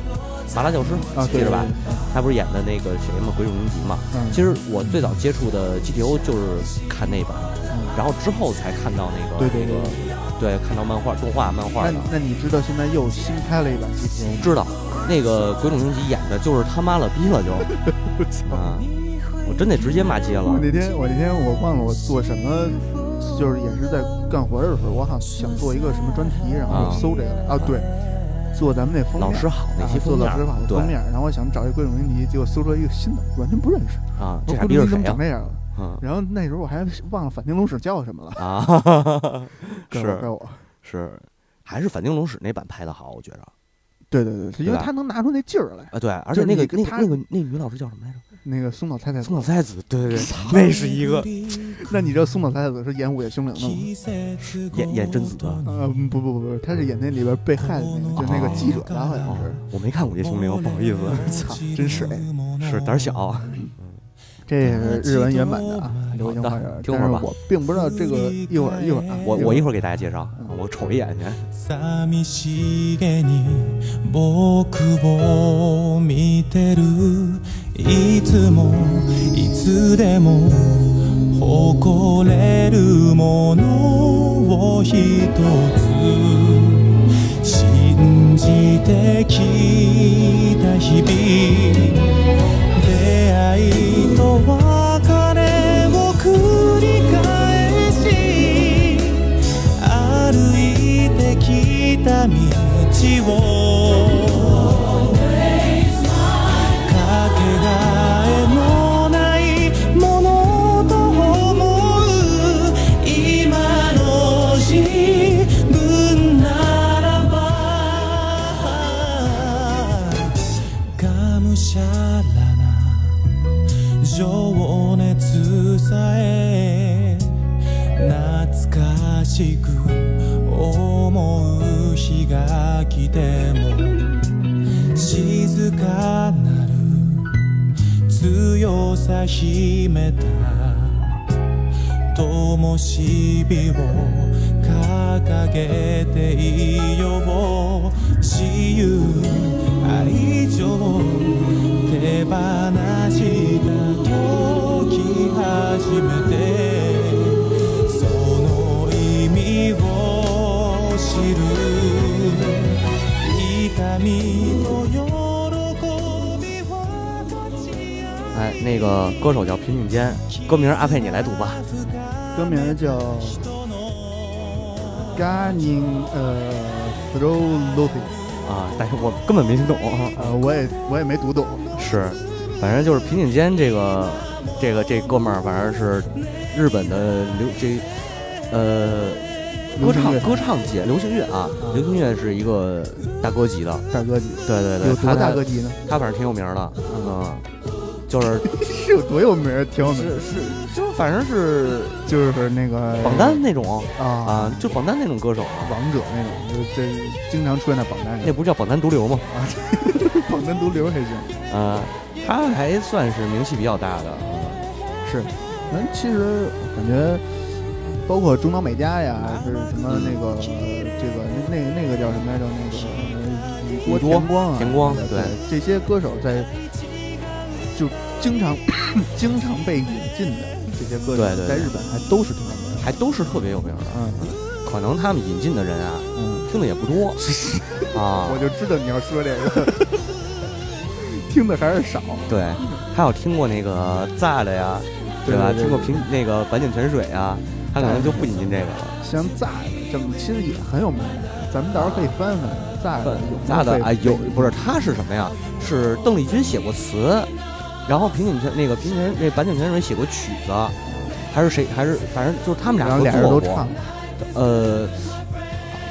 [SPEAKER 4] 麻辣教师，
[SPEAKER 3] 啊，
[SPEAKER 4] 记
[SPEAKER 3] 对
[SPEAKER 4] 着吧？？
[SPEAKER 3] 对对
[SPEAKER 4] 他不是演的那个谁嘛，《鬼冢英吉》嘛？
[SPEAKER 3] 嗯，
[SPEAKER 4] 其实我最早接触的 GTO 就是看那本，
[SPEAKER 3] 嗯
[SPEAKER 4] 然后之后才看到那个
[SPEAKER 3] 对对
[SPEAKER 4] 那个对，看到漫画、动画、漫画
[SPEAKER 3] 那
[SPEAKER 4] 的
[SPEAKER 3] 你。那你知道现在又新开了一版 GTA 吗？
[SPEAKER 4] 知道那个鬼冢英吉演的就是他妈了逼 了就啊，我真得直接骂街了
[SPEAKER 3] 我那天我那天我忘了我做什么，就是也是在干活的时候，我好像想做一个什么专题，然后
[SPEAKER 4] 啊
[SPEAKER 3] 我搜这个来啊，对，做咱们那封面，
[SPEAKER 4] 老师好那
[SPEAKER 3] 啊
[SPEAKER 4] 些
[SPEAKER 3] 做
[SPEAKER 4] 封面
[SPEAKER 3] 老师好的
[SPEAKER 4] 对
[SPEAKER 3] 封面，然后我想找一各种问题，结果搜出来一个新的，完全不认识，
[SPEAKER 4] 啊！
[SPEAKER 3] 我
[SPEAKER 4] 这
[SPEAKER 3] 说
[SPEAKER 4] 傻
[SPEAKER 3] 桂
[SPEAKER 4] 逼
[SPEAKER 3] 林
[SPEAKER 4] 是
[SPEAKER 3] 怎
[SPEAKER 4] 谁
[SPEAKER 3] 么长？
[SPEAKER 4] 呀
[SPEAKER 3] 这样了？
[SPEAKER 4] 嗯
[SPEAKER 3] 然后那时候我还忘了反町隆史叫什么 了，
[SPEAKER 4] 啊，
[SPEAKER 3] 怪
[SPEAKER 4] 是
[SPEAKER 3] 我怪我，
[SPEAKER 4] 是，还是反町隆史那版拍的好，我觉着
[SPEAKER 3] 对对对，对因
[SPEAKER 4] 对
[SPEAKER 3] 为
[SPEAKER 4] 吧
[SPEAKER 3] 他能拿出那劲儿来，
[SPEAKER 4] 啊，对，而
[SPEAKER 3] 就
[SPEAKER 4] 且
[SPEAKER 3] 是
[SPEAKER 4] 那个
[SPEAKER 3] 你跟
[SPEAKER 4] 那个
[SPEAKER 3] 他
[SPEAKER 4] 那个那个女老师叫什么来着？
[SPEAKER 3] 那个松岛菜菜子
[SPEAKER 4] 松，岛菜子，对 对对，那是一个嗯
[SPEAKER 3] 那你知道松岛菜菜子是演《午夜凶铃》的吗？
[SPEAKER 4] 演演贞子的。
[SPEAKER 3] 呃，不不不不，他是演那里边被害的那个，就那个记者吧，好像
[SPEAKER 4] 哦
[SPEAKER 3] 是。，
[SPEAKER 4] 我没看《午夜凶铃》，不好意思，
[SPEAKER 3] 操，真水！
[SPEAKER 4] 是胆儿小。啊
[SPEAKER 3] 嗯这是日文原版的啊，《流星花园》，
[SPEAKER 4] 听会
[SPEAKER 3] 但
[SPEAKER 4] 儿
[SPEAKER 3] 是
[SPEAKER 4] 吧
[SPEAKER 3] 我并不知道这个一会儿一会儿啊，
[SPEAKER 4] 我我一
[SPEAKER 3] 一会
[SPEAKER 4] 会儿给大家介绍，
[SPEAKER 3] 嗯
[SPEAKER 4] 我瞅一眼去。
[SPEAKER 6] 寂しげに僕を見てるいつもいつでも誇れるものを一つ信じてきた日々出会いと別れを繰り返し歩いてきた道をかけがえのないものと思う今の自分ならばがむしゃらな情熱さえ懐かしく思う日が来ても静かなる強さ秘めた灯火を掲げていよう自由愛情手放した時初めてその意味を知る痛みと喜びを分かち合う
[SPEAKER 4] 哎，那个歌手叫平井坚，歌名阿佩你来读吧。
[SPEAKER 3] 儿歌名叫《Gunning》呃，Through Looping，
[SPEAKER 4] 啊，但是我根本没听懂。
[SPEAKER 3] 呃，我也我也没读懂，
[SPEAKER 4] 是，反正就是平井坚这个这个这哥们儿，反正是日本的流这呃
[SPEAKER 3] 流
[SPEAKER 4] 歌
[SPEAKER 3] 行
[SPEAKER 4] 唱
[SPEAKER 3] 乐嗯
[SPEAKER 4] 歌唱界流行乐啊，流行乐是一个大哥级的，
[SPEAKER 3] 大哥级
[SPEAKER 4] 对对对，
[SPEAKER 3] 有
[SPEAKER 4] 他
[SPEAKER 3] 多大哥级呢？
[SPEAKER 4] 他他反正挺有名儿的，嗯，就是
[SPEAKER 3] 是有多有名儿？挺有名儿，
[SPEAKER 4] 是是就反正是
[SPEAKER 3] 就是那个
[SPEAKER 4] 榜单那种
[SPEAKER 3] 啊，
[SPEAKER 4] 啊，就榜单那种歌手，啊
[SPEAKER 3] 王者那种，就这经常出现在榜单
[SPEAKER 4] 那
[SPEAKER 3] 上，
[SPEAKER 4] 不是叫榜单毒瘤吗？
[SPEAKER 3] 榜单毒瘤还行。
[SPEAKER 4] 啊，他还算是名气比较大的，
[SPEAKER 3] 是，咱其实感觉，包括中岛美嘉呀，是什么那个这个那那那个叫什么来着？那个呃宇多
[SPEAKER 4] 宇多
[SPEAKER 3] 田光啊，
[SPEAKER 4] 田光
[SPEAKER 3] 对
[SPEAKER 4] 对
[SPEAKER 3] 这些歌手在就经常经常被引进的这些歌
[SPEAKER 4] 对对
[SPEAKER 3] 在
[SPEAKER 4] 对
[SPEAKER 3] 日本还都是挺有名的。
[SPEAKER 4] 还都是特别有名的。
[SPEAKER 3] 嗯
[SPEAKER 4] 可能他们引进的人啊，
[SPEAKER 3] 嗯，
[SPEAKER 4] 听的也不 多啊
[SPEAKER 3] 我。就知道你要说这个， 听的还是少。
[SPEAKER 4] 对，还有听过那个炸的呀，对吧？
[SPEAKER 3] 对对对
[SPEAKER 4] 听过平那个板井泉水啊，他可能就不引进这个了。
[SPEAKER 3] 像在的这么其实也很有名的，咱们到时候可以翻翻在的有没有
[SPEAKER 4] 炸的
[SPEAKER 3] 被
[SPEAKER 4] 啊，有不是他是什么呀？是邓丽君写过词，然后平井泉那个平井泉那板井泉水写过曲子，还是谁？还是反正就是他们
[SPEAKER 3] 然
[SPEAKER 4] 俩
[SPEAKER 3] 后
[SPEAKER 4] 合
[SPEAKER 3] 俩人
[SPEAKER 4] 作
[SPEAKER 3] 都
[SPEAKER 4] 过
[SPEAKER 3] 唱。
[SPEAKER 4] 呃，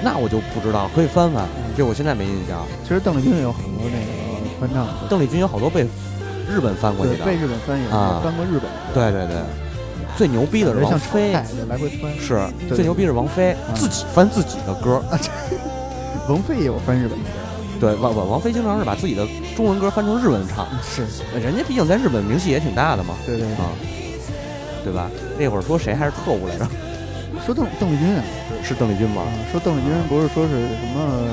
[SPEAKER 4] 那我就不知道，可以翻翻，
[SPEAKER 3] 嗯
[SPEAKER 4] 这我现在没印象。
[SPEAKER 3] 其实邓丽君也有很多那个翻唱的，
[SPEAKER 4] 邓丽君有好多被日本翻过去
[SPEAKER 3] 对
[SPEAKER 4] 的，
[SPEAKER 3] 被日本翻译的，
[SPEAKER 4] 啊
[SPEAKER 3] 翻过日本，
[SPEAKER 4] 对对对，最牛逼的是
[SPEAKER 3] 人
[SPEAKER 4] 王
[SPEAKER 3] 像炒
[SPEAKER 4] 菲，
[SPEAKER 3] 菜的来回翻。
[SPEAKER 4] 是
[SPEAKER 3] 对
[SPEAKER 4] 最牛逼是王菲
[SPEAKER 3] 啊
[SPEAKER 4] 自己翻自己的歌，
[SPEAKER 3] 王菲也有翻日本的，
[SPEAKER 4] 对王王王菲经常是把自己的中文歌翻成日文唱，
[SPEAKER 3] 是，
[SPEAKER 4] 人家毕竟在日本名气也挺大的嘛，
[SPEAKER 3] 对对对。
[SPEAKER 4] 啊，对吧？那会儿说谁还是特务来着？
[SPEAKER 3] 说邓邓丽君啊，
[SPEAKER 4] 是邓丽君吗
[SPEAKER 3] 啊？说邓丽君不是说是什么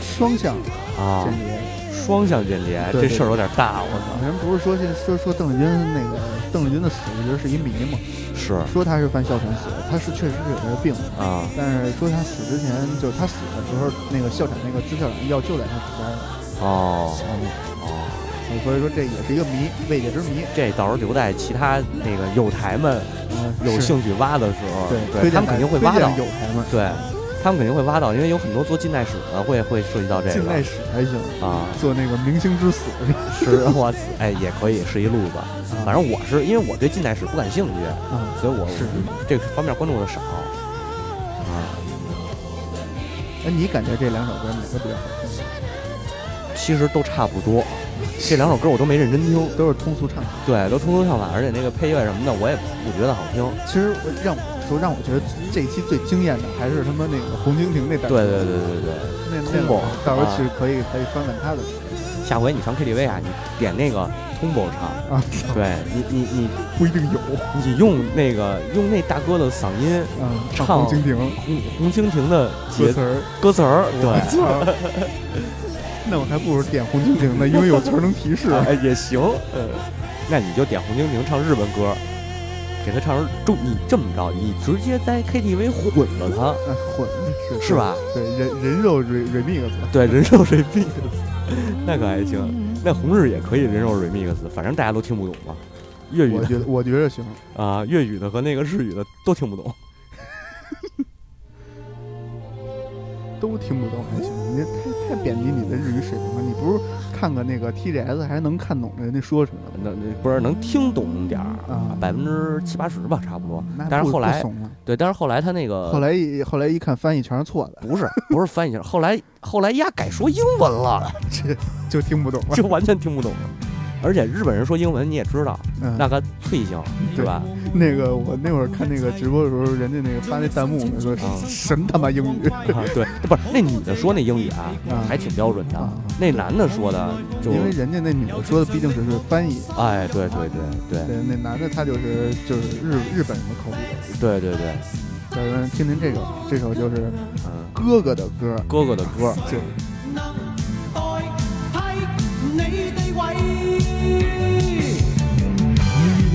[SPEAKER 3] 双向
[SPEAKER 4] 啊
[SPEAKER 3] 间，谍，
[SPEAKER 4] 双向间谍
[SPEAKER 3] 嗯对
[SPEAKER 4] 这
[SPEAKER 3] 对
[SPEAKER 4] 事儿有点大，我
[SPEAKER 3] 好
[SPEAKER 4] 操！
[SPEAKER 3] 像不是说现说说邓丽君那个邓丽君的死一直是一谜嘛，
[SPEAKER 4] 是
[SPEAKER 3] 说她是犯哮喘死的，她是确实是有这个病，
[SPEAKER 4] 啊，
[SPEAKER 3] 但是说她死之前就是她死的时候那个哮喘那个支哮喘药就在她手边了，
[SPEAKER 4] 哦
[SPEAKER 3] 嗯，
[SPEAKER 4] 哦。
[SPEAKER 3] 所以说这也是一个谜，未解之谜。
[SPEAKER 4] 这到时候留在其他那个友台们
[SPEAKER 3] 嗯
[SPEAKER 4] 有
[SPEAKER 3] 是
[SPEAKER 4] 兴趣挖的时候，
[SPEAKER 3] 对，推
[SPEAKER 4] 对
[SPEAKER 3] 荐
[SPEAKER 4] 他们肯定会
[SPEAKER 3] 大
[SPEAKER 4] 挖
[SPEAKER 3] 推
[SPEAKER 4] 到
[SPEAKER 3] 荐，有台嘛，
[SPEAKER 4] 对他们肯定会挖到，因为有很多做近代史的会会涉及到这个。
[SPEAKER 3] 近代史还行
[SPEAKER 4] 啊
[SPEAKER 3] 做那个明星之死是吧？
[SPEAKER 4] 是 我哎也可以是一路子，反正我是因为我对近代史不感兴趣，
[SPEAKER 3] 啊，
[SPEAKER 4] 所以我
[SPEAKER 3] 是
[SPEAKER 4] 这方面关注的少。
[SPEAKER 3] 哎，你感觉这两首歌哪个比较好听？
[SPEAKER 4] 其实都差不多，这两首歌我都没认真听，
[SPEAKER 3] 都是通俗唱法。
[SPEAKER 4] 对，都通通唱法，而且那个配乐什么的我也不觉得好听。
[SPEAKER 3] 其实我让我说，让我觉得这一期最惊艳的还是他妈那个红蜻蜓那单
[SPEAKER 4] 对
[SPEAKER 3] 曲。
[SPEAKER 4] 对对对对，
[SPEAKER 3] 那那
[SPEAKER 4] 通过啊
[SPEAKER 3] 个到时候其实可以可以翻翻他的
[SPEAKER 4] 下回你上 KTV 啊，你点那个 Tombo 唱，
[SPEAKER 3] 啊，
[SPEAKER 4] 对你你你
[SPEAKER 3] 不一定有
[SPEAKER 4] 你用那个用那大哥的嗓音，
[SPEAKER 3] 嗯，
[SPEAKER 4] 唱
[SPEAKER 3] 红蜻蜓
[SPEAKER 4] 红红蜻蜓的
[SPEAKER 3] 歌
[SPEAKER 4] 节
[SPEAKER 3] 词儿，
[SPEAKER 4] 歌词儿，对
[SPEAKER 3] 我。操，那我还不如点红蜻蜓呢，因为有词儿能提示。
[SPEAKER 4] 哎，也行，
[SPEAKER 3] 嗯
[SPEAKER 4] 呃，那你就点红蜻蜓唱日文歌，给他唱中，你这么着，你直接在 KTV 混了
[SPEAKER 3] 啊混
[SPEAKER 4] 他，
[SPEAKER 3] 是
[SPEAKER 4] 是？吧？
[SPEAKER 3] 对，人人肉 re remix，
[SPEAKER 4] 对，人肉 remix，那可还行，那红日也可以人肉 remix，反正大家都听不懂嘛，粤语
[SPEAKER 3] 我
[SPEAKER 4] 的
[SPEAKER 3] 觉得我觉得行。
[SPEAKER 4] 啊、粤语的和那个日语的都听不懂。
[SPEAKER 3] 都听不懂还行，你这太太贬低你的日语水平了。你不是看看那个 TGS 还能看懂人家说什么
[SPEAKER 4] 那那不是能听懂点儿，
[SPEAKER 3] 啊？
[SPEAKER 4] 百分之七八十吧，差不多。
[SPEAKER 3] 那不
[SPEAKER 4] 但是后来呃
[SPEAKER 3] 不怂了，
[SPEAKER 4] 对，但是后来他那个
[SPEAKER 3] 后来一后来一看翻译全是错的，
[SPEAKER 4] 不是不是翻译一下，后来后来丫改说英文了。
[SPEAKER 3] 就听 不懂了。
[SPEAKER 4] 就完全听不懂了。而且日本人说英文你也知道，
[SPEAKER 3] 嗯，
[SPEAKER 4] 那个脆性，对吧？
[SPEAKER 3] 那个我那会儿看那个直播的时候，人家那个发那弹幕呢，说
[SPEAKER 4] 啊
[SPEAKER 3] 什么他妈英 语
[SPEAKER 4] 啊，对，不是那女的说那英语啊
[SPEAKER 3] 啊，
[SPEAKER 4] 还挺标准的
[SPEAKER 3] 啊。
[SPEAKER 4] 那男的说的就，
[SPEAKER 3] 因为人家那女的说的毕竟只是翻译，
[SPEAKER 4] 哎，对对对
[SPEAKER 3] 对，那男的他就是就是日日本人的口音。
[SPEAKER 4] 对对对对，
[SPEAKER 3] 咱们听听这首，这首就是
[SPEAKER 4] 嗯，
[SPEAKER 3] 哥哥的歌，
[SPEAKER 4] 哥哥的歌，
[SPEAKER 3] 这
[SPEAKER 6] 能代替你地位。
[SPEAKER 1] 以往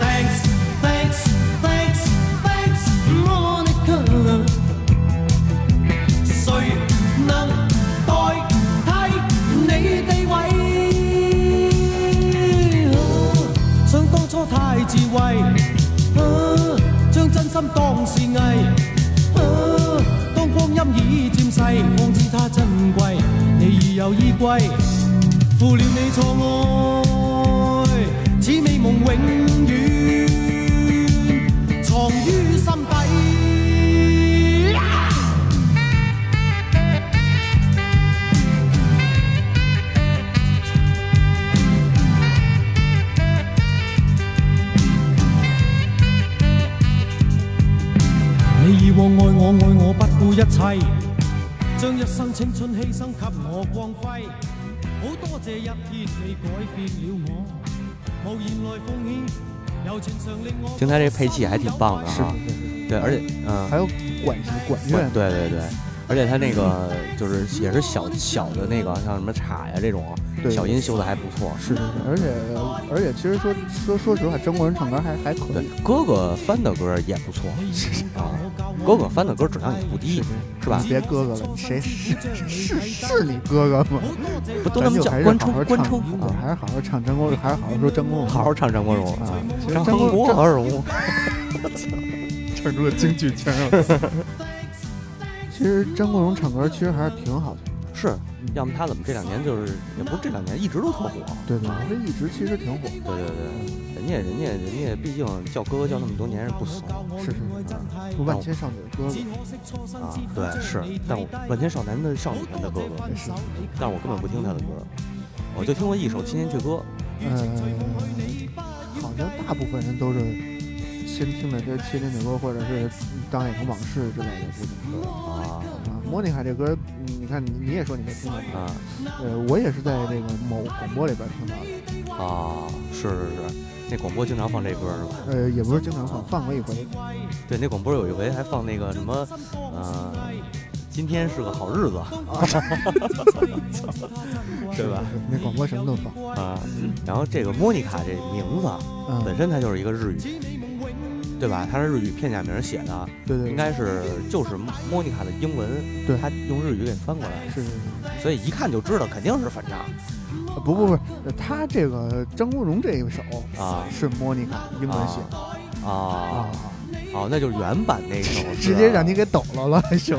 [SPEAKER 1] Thanks, thanks, thanks, thanks, Monica。誰能代替你地位？想當初太智慧，啊，將真心當是藝，啊，當光陰已漸逝，方知它珍貴。你已有依歸，負了你錯愛，此美夢永遠藏於心底。你以往愛我愛我不顧一切，將一生青春犧牲給我光輝。好多謝一天你改變了我，無言來奉獻，
[SPEAKER 4] 听他这配器还挺棒的啊
[SPEAKER 3] 是
[SPEAKER 4] 哈，
[SPEAKER 3] 是是，
[SPEAKER 4] 对，而且嗯
[SPEAKER 3] 还，有管管乐，
[SPEAKER 4] 对对对，而且他那个就是也是小小的那个像什么镲呀这种
[SPEAKER 3] 对
[SPEAKER 4] 小音修的还不错，
[SPEAKER 3] 是是是，而且而且其实说说说实话，中国人唱歌还还可
[SPEAKER 4] 对
[SPEAKER 3] 以，，
[SPEAKER 4] 哥哥翻的歌也不错啊，哥哥翻的歌质量也不低，是吧
[SPEAKER 3] 你？啊别哥哥了，谁是是是是你哥哥吗？
[SPEAKER 4] 不都那
[SPEAKER 3] 咱
[SPEAKER 4] 么
[SPEAKER 3] 就
[SPEAKER 4] 叫
[SPEAKER 3] 还是
[SPEAKER 4] 关
[SPEAKER 3] 好好
[SPEAKER 4] 冲关
[SPEAKER 3] 唱
[SPEAKER 4] 冲
[SPEAKER 3] 对
[SPEAKER 4] 啊，
[SPEAKER 3] 还是好好唱张国荣，还是好好说张国荣，
[SPEAKER 4] 好好唱张国荣
[SPEAKER 3] 啊
[SPEAKER 4] 啊，。
[SPEAKER 3] 其实
[SPEAKER 4] 张
[SPEAKER 3] 张国
[SPEAKER 4] 国
[SPEAKER 3] 张
[SPEAKER 4] 荣，
[SPEAKER 3] 唱出了京剧腔了。 其实张国荣唱歌其实还是挺好的，
[SPEAKER 4] 是，
[SPEAKER 3] 嗯
[SPEAKER 4] 要么他怎么这两年就是也不是这两年一直都特火，
[SPEAKER 3] 对对，这一直其实挺火。
[SPEAKER 4] 对对对，人家人家人家毕竟叫哥哥叫那么多年人不怂
[SPEAKER 3] 是是，
[SPEAKER 4] 哦
[SPEAKER 3] 是，万千少女的歌嘛，
[SPEAKER 4] 啊，对是，但我万千少男的少女们的哥哥，
[SPEAKER 3] 是，
[SPEAKER 4] 但是我根本不听他的歌，我就听过一首《千年阙歌》，
[SPEAKER 3] 呃，好像大部分人都是先听的这《千年的歌》，或者是《当一个往事》之类的这种歌
[SPEAKER 4] 啊
[SPEAKER 3] 啊。莫妮卡这歌，嗯你看你你也说你没听过，
[SPEAKER 4] 啊
[SPEAKER 3] 呃，我也是在这个某广播里边听到的，
[SPEAKER 4] 啊，是是是，那广播经常放这歌是吧？
[SPEAKER 3] 呃，也不是经常放，放过一回，
[SPEAKER 4] 对，那广播有一回还放那个什么，呃，今天是个好日子， 对吧？
[SPEAKER 3] 是那广播什么都放，
[SPEAKER 4] 啊，然后这个莫妮卡这名字啊本
[SPEAKER 3] 嗯，
[SPEAKER 4] 身它就是一个日语，对吧？它是日语片假名写的，
[SPEAKER 3] 对对，
[SPEAKER 4] 应该是就是莫妮卡的英文，
[SPEAKER 3] 对
[SPEAKER 4] 它用日语给翻过来，
[SPEAKER 3] 是是是。
[SPEAKER 4] 所以一看就知道肯定是反差
[SPEAKER 3] 呃不不不，呃他这个张国荣这一首
[SPEAKER 4] 啊
[SPEAKER 3] 是莫妮卡英文写的
[SPEAKER 4] 啊
[SPEAKER 3] 啊，
[SPEAKER 4] 哦，那就是原版那首
[SPEAKER 3] 直接让你给抖了了，还行。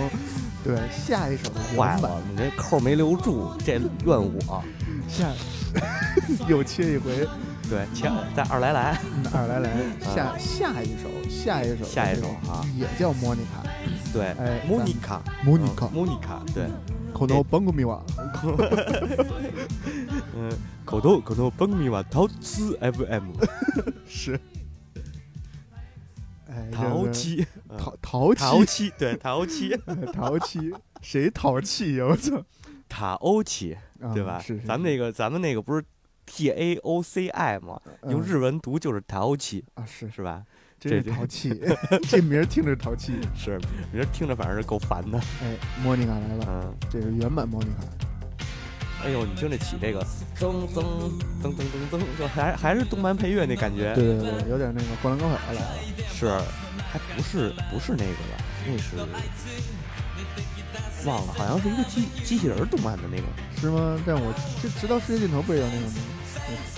[SPEAKER 3] 对，下一首的原
[SPEAKER 4] 坏
[SPEAKER 3] 版
[SPEAKER 4] 了，你这扣没留住，这怨我。
[SPEAKER 3] 下 又切一回，
[SPEAKER 4] 对， 前在二来来
[SPEAKER 3] 哪儿来来下下一首，下一首，
[SPEAKER 4] 嗯下一首啊，
[SPEAKER 3] 也叫莫妮卡，
[SPEAKER 4] 对
[SPEAKER 3] 哎，
[SPEAKER 4] 莫妮卡，嗯
[SPEAKER 3] 莫妮卡，嗯
[SPEAKER 4] 莫妮卡，对，
[SPEAKER 3] 可能本国米瓦，
[SPEAKER 4] 嗯，口头口头崩米瓦陶瓷 FM，
[SPEAKER 3] 是，哎，
[SPEAKER 4] 陶七，
[SPEAKER 3] 这
[SPEAKER 4] 嗯
[SPEAKER 3] 个，淘淘气，
[SPEAKER 4] 陶七，对，陶七，
[SPEAKER 3] 淘气，谁淘气呀？我操，
[SPEAKER 4] 塔欧七，
[SPEAKER 3] 啊
[SPEAKER 4] 对吧？
[SPEAKER 3] 是，是
[SPEAKER 4] 咱们那个咱们那个不是 T A O C I 吗？
[SPEAKER 3] 嗯
[SPEAKER 4] 用日文读就是塔欧七，
[SPEAKER 3] 啊是，
[SPEAKER 4] 是吧？
[SPEAKER 3] 真是
[SPEAKER 4] 这
[SPEAKER 3] 淘 气， 这名儿听着淘气。
[SPEAKER 4] 是，你这听着反正是够烦的。
[SPEAKER 3] 哎，莫妮卡来了，
[SPEAKER 4] 嗯，
[SPEAKER 3] 这是原版莫妮卡。
[SPEAKER 4] 哎呦，你听这起这个噔噔噔噔噔噔，就还还是动漫配乐那感觉。
[SPEAKER 3] 对对对，有点那个《灌篮高手》来了。
[SPEAKER 4] 是，还不是不是那个了，那是忘了，好像是一个机机器人儿动漫的那种。
[SPEAKER 3] 是吗？但我这直到世界尽头不是有那个吗？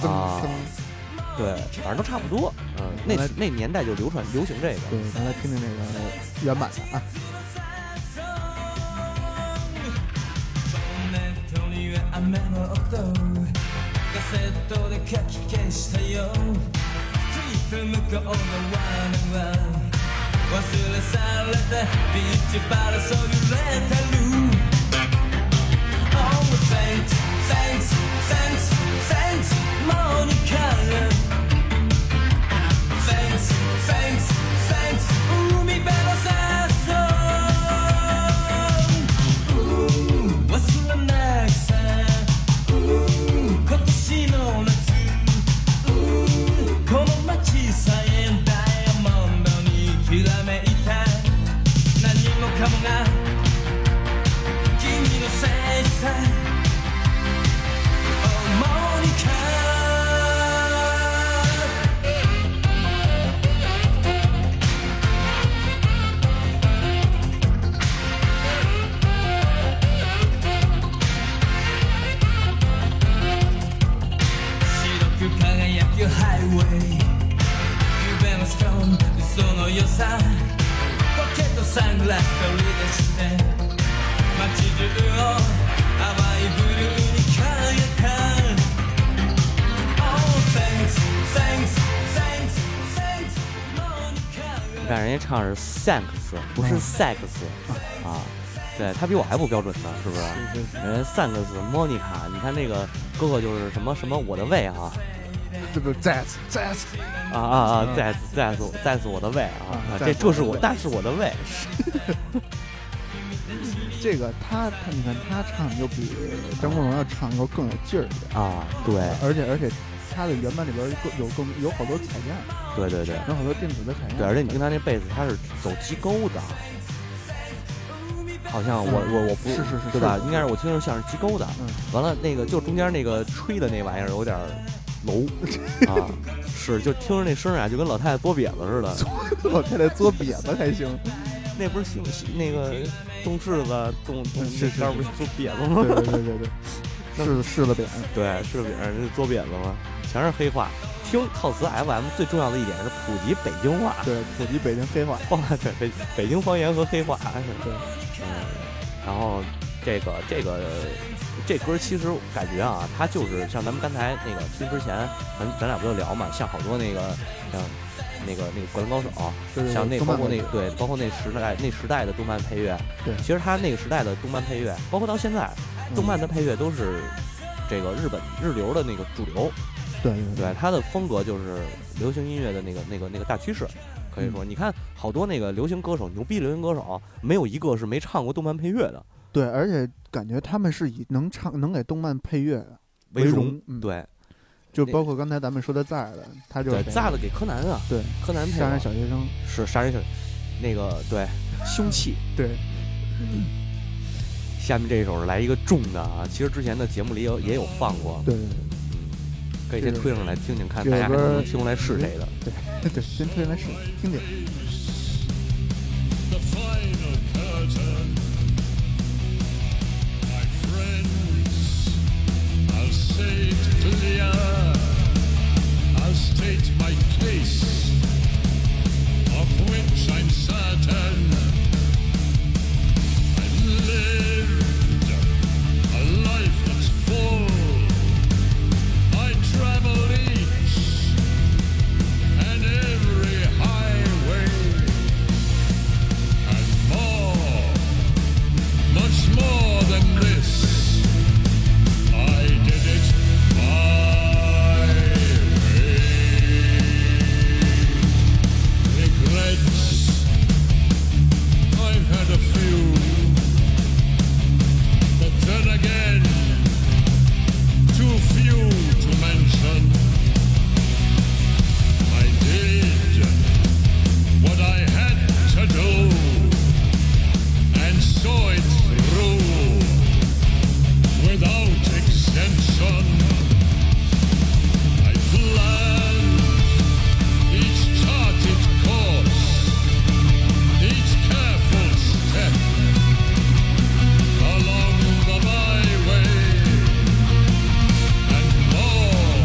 [SPEAKER 3] 那个
[SPEAKER 4] 啊
[SPEAKER 3] 噔噔，
[SPEAKER 4] 对，反正都差不多。嗯，那
[SPEAKER 3] 原来
[SPEAKER 4] 那年代就流传流行这个。
[SPEAKER 3] 对，咱来听听这个原版的啊。
[SPEAKER 7] ネットには
[SPEAKER 1] er
[SPEAKER 7] 雨の音カセットで書き消したよついて向こう側には忘れ去れた
[SPEAKER 1] er
[SPEAKER 7] ビーチバラそぐれてる Oh thanks thanks thanks thanks モニカ Thanks thanks thanks 海辺のサーソン忘れないさ今年の夏この街さえダイヤモンドにきらめいた何もかもが君のせいさモニカ白く輝くハイウェイ夢のストーン嘘の良さポケットサングラス取り出して街中を淡いブルーに変えた Oh thanks thanks thanks thanks モニカ
[SPEAKER 4] 但人家唱是 thanks，不是
[SPEAKER 3] 嗯
[SPEAKER 4] sex 啊。对他比我还不标准呢，是不是？人家 thanks Monica，你看那个哥哥就是什么什么我的胃啊
[SPEAKER 3] 这不 z a z z a z
[SPEAKER 4] 啊啊啊，that's that's that's 我的胃啊
[SPEAKER 3] 啊，
[SPEAKER 4] 这
[SPEAKER 3] that's
[SPEAKER 4] 这是
[SPEAKER 3] 我
[SPEAKER 4] 我
[SPEAKER 3] 的胃
[SPEAKER 4] 那是我的胃，
[SPEAKER 3] 这个他他你看他唱就比张国荣要唱要更有劲儿一点，
[SPEAKER 4] 啊，对，
[SPEAKER 3] 而且而且它的原版里边儿更有更有好多彩蛋，
[SPEAKER 4] 对对对
[SPEAKER 3] 有好多电子的彩蛋。
[SPEAKER 4] 对，而且你听他那贝斯，他是走机构的，啊好像我我我不
[SPEAKER 3] 是是是
[SPEAKER 4] 对吧
[SPEAKER 3] 是？
[SPEAKER 4] 应该是我听着像是机构的。
[SPEAKER 3] 嗯
[SPEAKER 4] 完了那个就中间那个吹的那玩意儿有点儿楼 啊，是就听着那声儿啊，就跟老太太拨瘪子 似的。
[SPEAKER 3] 老太太作瘪子还行，
[SPEAKER 4] 那不是西西那个动柿子动动
[SPEAKER 3] 嗯是是
[SPEAKER 4] 那边儿不是做瘪子
[SPEAKER 3] 对
[SPEAKER 4] 吗？
[SPEAKER 3] 对对对对，是是了点，
[SPEAKER 4] 对，柿饼儿这做瘪子吗？全是黑话。听套词 FM 最重要的一点是普及北京话。
[SPEAKER 3] 对，普及北京黑话，
[SPEAKER 4] 方对北北京方言和黑话是
[SPEAKER 3] 对
[SPEAKER 4] 吧？嗯，然后这个这个这歌其实感觉啊，它就是像咱们刚才那个听之前，咱咱俩不就聊嘛，像好多那个像那个那个灌篮高手，
[SPEAKER 3] 对对
[SPEAKER 4] 像
[SPEAKER 3] 对
[SPEAKER 4] 那
[SPEAKER 3] 动
[SPEAKER 4] 包
[SPEAKER 3] 漫
[SPEAKER 4] 括
[SPEAKER 3] 的
[SPEAKER 4] 那对，包括那时代那时代的动漫配乐，
[SPEAKER 3] 对
[SPEAKER 4] 其实它那个时代的动漫配乐，包括到现在
[SPEAKER 3] 嗯
[SPEAKER 4] 动漫的配乐都是这个日本日流的那个主流，
[SPEAKER 3] 对对
[SPEAKER 4] 对，它的风格就是流行音乐的那个那个那个大趋势，可
[SPEAKER 3] 嗯
[SPEAKER 4] 以说，你看好多那个流行歌手，牛逼流行歌手，啊没有一个是没唱过动漫配乐的
[SPEAKER 3] 对，而且感觉他们是以能唱能给动漫配乐为
[SPEAKER 4] 荣
[SPEAKER 3] 荣。嗯
[SPEAKER 4] 对
[SPEAKER 3] 就
[SPEAKER 4] 那
[SPEAKER 3] 包括刚才咱们说的赞儿的，他就是
[SPEAKER 4] 对，
[SPEAKER 3] 谁
[SPEAKER 4] 炸的给柯南啊，
[SPEAKER 3] 对
[SPEAKER 4] 柯南配
[SPEAKER 3] 杀人
[SPEAKER 4] 的
[SPEAKER 3] 小学生，
[SPEAKER 4] 是杀人小，那个对凶器。
[SPEAKER 3] 对
[SPEAKER 4] 下面这一首是来一个重的啊，其实之前的节目里有也有放过，
[SPEAKER 3] 对
[SPEAKER 4] 可以先推上来听听看，
[SPEAKER 3] 这嗯
[SPEAKER 4] 大
[SPEAKER 3] 首
[SPEAKER 4] 家还能不能
[SPEAKER 3] 歌
[SPEAKER 4] 听出来是谁的。
[SPEAKER 3] 对对，先推来试听听，
[SPEAKER 8] the final curtain. My friends, I'll say it clear. I'll state my case, of which I'm certain. I lived a life that's full. I traveled each and every highway and more, much more than this. I did it my way. Regrets, I've had a few, but then again, too few to mention. I did what I had to do and saw it through without exemption. I planned each charted course, each careful step along the byway, and more,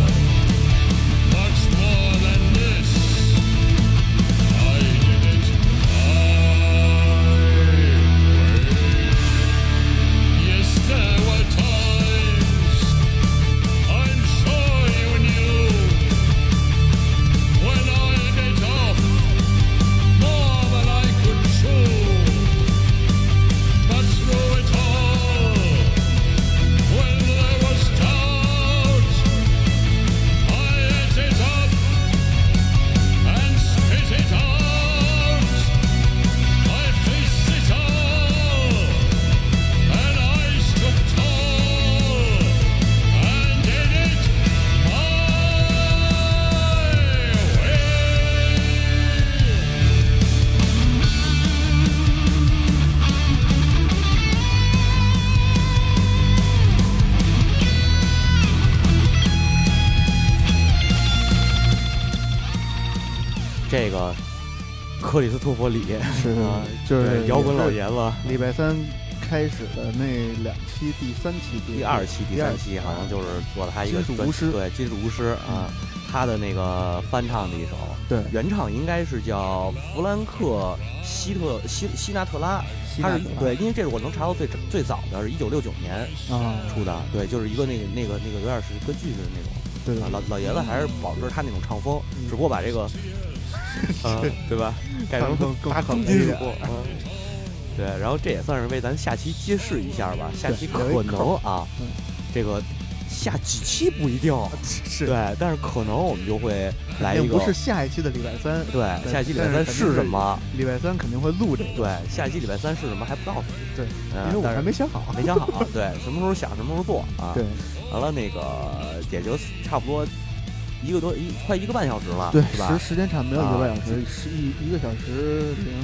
[SPEAKER 8] much more than this. I did it my Yes, there were times I'm sure you knew when I bit off more than I could chew. But through it all, when there was doubt, I ate it up and spit it out. I faced it all, and I stood tall, and did it my way.
[SPEAKER 4] 这个克里斯托弗里
[SPEAKER 3] 是
[SPEAKER 4] 啊，
[SPEAKER 3] 就是
[SPEAKER 4] 对摇滚老
[SPEAKER 3] 爷。
[SPEAKER 4] 爷子。
[SPEAKER 3] 礼拜三开始的那两期，第三期、
[SPEAKER 4] 第二期、第
[SPEAKER 3] 第
[SPEAKER 4] 三
[SPEAKER 3] 二
[SPEAKER 4] 期好像就是做了他一个
[SPEAKER 3] 金属
[SPEAKER 4] 专
[SPEAKER 3] 巫师嗯
[SPEAKER 4] 对金属巫师啊，他的那个翻唱的一首，
[SPEAKER 3] 对
[SPEAKER 4] 原唱应该是叫弗兰克希特希希纳特拉，
[SPEAKER 3] 希
[SPEAKER 4] 他
[SPEAKER 3] 纳
[SPEAKER 4] 是
[SPEAKER 3] 特拉
[SPEAKER 4] 对，因为这是我能查到最最早的，是一九六九年
[SPEAKER 3] 啊，
[SPEAKER 4] 出的，对，就是一个那个那个那个有点是歌剧的那种
[SPEAKER 3] 对
[SPEAKER 4] 啊，老老爷子还是保持他那种唱风，
[SPEAKER 3] 嗯
[SPEAKER 4] 只不过把 这个，啊，对吧，改成
[SPEAKER 3] 更更
[SPEAKER 4] 大
[SPEAKER 3] 狠
[SPEAKER 4] 重
[SPEAKER 3] 一
[SPEAKER 4] 金属
[SPEAKER 3] 点。
[SPEAKER 4] 啊对，然后这也算是为咱下期揭示一下吧，下期
[SPEAKER 3] 对留
[SPEAKER 4] 可
[SPEAKER 3] 一
[SPEAKER 4] 能
[SPEAKER 3] 口
[SPEAKER 4] 啊
[SPEAKER 3] 嗯，
[SPEAKER 4] 这个下几期不一定，
[SPEAKER 3] 是
[SPEAKER 4] 对，但是可能我们就会来一
[SPEAKER 3] 也
[SPEAKER 4] 个
[SPEAKER 3] 不，是下一期的礼拜三，
[SPEAKER 4] 对，
[SPEAKER 3] 对
[SPEAKER 4] 下期礼
[SPEAKER 3] 但是肯定
[SPEAKER 4] 拜三是
[SPEAKER 3] 是
[SPEAKER 4] 什么？
[SPEAKER 3] 礼拜三肯定会录这个，
[SPEAKER 4] 对，下期礼拜三是什么还不告诉你，
[SPEAKER 3] 对，
[SPEAKER 4] 嗯
[SPEAKER 3] 因为我
[SPEAKER 4] 但是
[SPEAKER 3] 还没想好。
[SPEAKER 4] 没想啊 好，对，什么时候想什么时候做啊？
[SPEAKER 3] 对，
[SPEAKER 4] 完了那个也就差不多一个多一快一个半小时了，
[SPEAKER 3] 对，
[SPEAKER 4] 是吧
[SPEAKER 3] 时？时间长没有一个半
[SPEAKER 4] 啊
[SPEAKER 3] 小时，是一一个小时零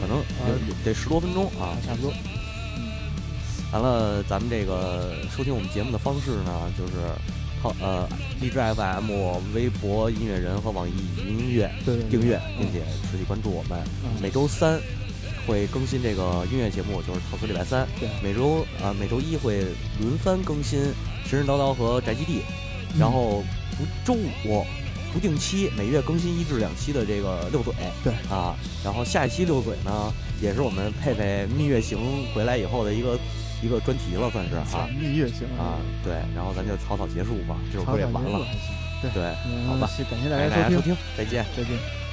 [SPEAKER 4] 可能
[SPEAKER 3] 啊
[SPEAKER 4] 得得十多分钟啊。
[SPEAKER 3] 差不多。
[SPEAKER 4] 完了，咱们这个收听我们节目的方式呢，就是靠呃荔枝 FM、微博音乐人和网易云音乐
[SPEAKER 3] 对对对
[SPEAKER 4] 订阅，并且持续关注我们。
[SPEAKER 3] 嗯
[SPEAKER 4] 每周三会更新这个音乐节目，就是《陶瓷礼拜三》。
[SPEAKER 3] 对
[SPEAKER 4] 每周啊、每周一会轮番更新《神神叨叨》和《宅基地》，然后不周五不定期每月更新一至两期的这个六嘴。
[SPEAKER 3] 对
[SPEAKER 4] 啊，然后下一期六嘴呢，也是我们佩佩蜜月行回来以后的一个一个专题了，算是啊
[SPEAKER 3] 蜜月行
[SPEAKER 4] 啊对，然后咱就草草结束吧，这首
[SPEAKER 3] 好
[SPEAKER 4] 歌也
[SPEAKER 3] 感觉
[SPEAKER 4] 完
[SPEAKER 3] 录
[SPEAKER 4] 了
[SPEAKER 3] 还。行对，
[SPEAKER 4] 对，好
[SPEAKER 3] 嗯
[SPEAKER 4] 吧，
[SPEAKER 3] 谢感谢大
[SPEAKER 4] 感谢
[SPEAKER 3] 家
[SPEAKER 4] 大家
[SPEAKER 3] 收
[SPEAKER 4] 收
[SPEAKER 3] 听，
[SPEAKER 4] 听，再见。
[SPEAKER 3] 再见。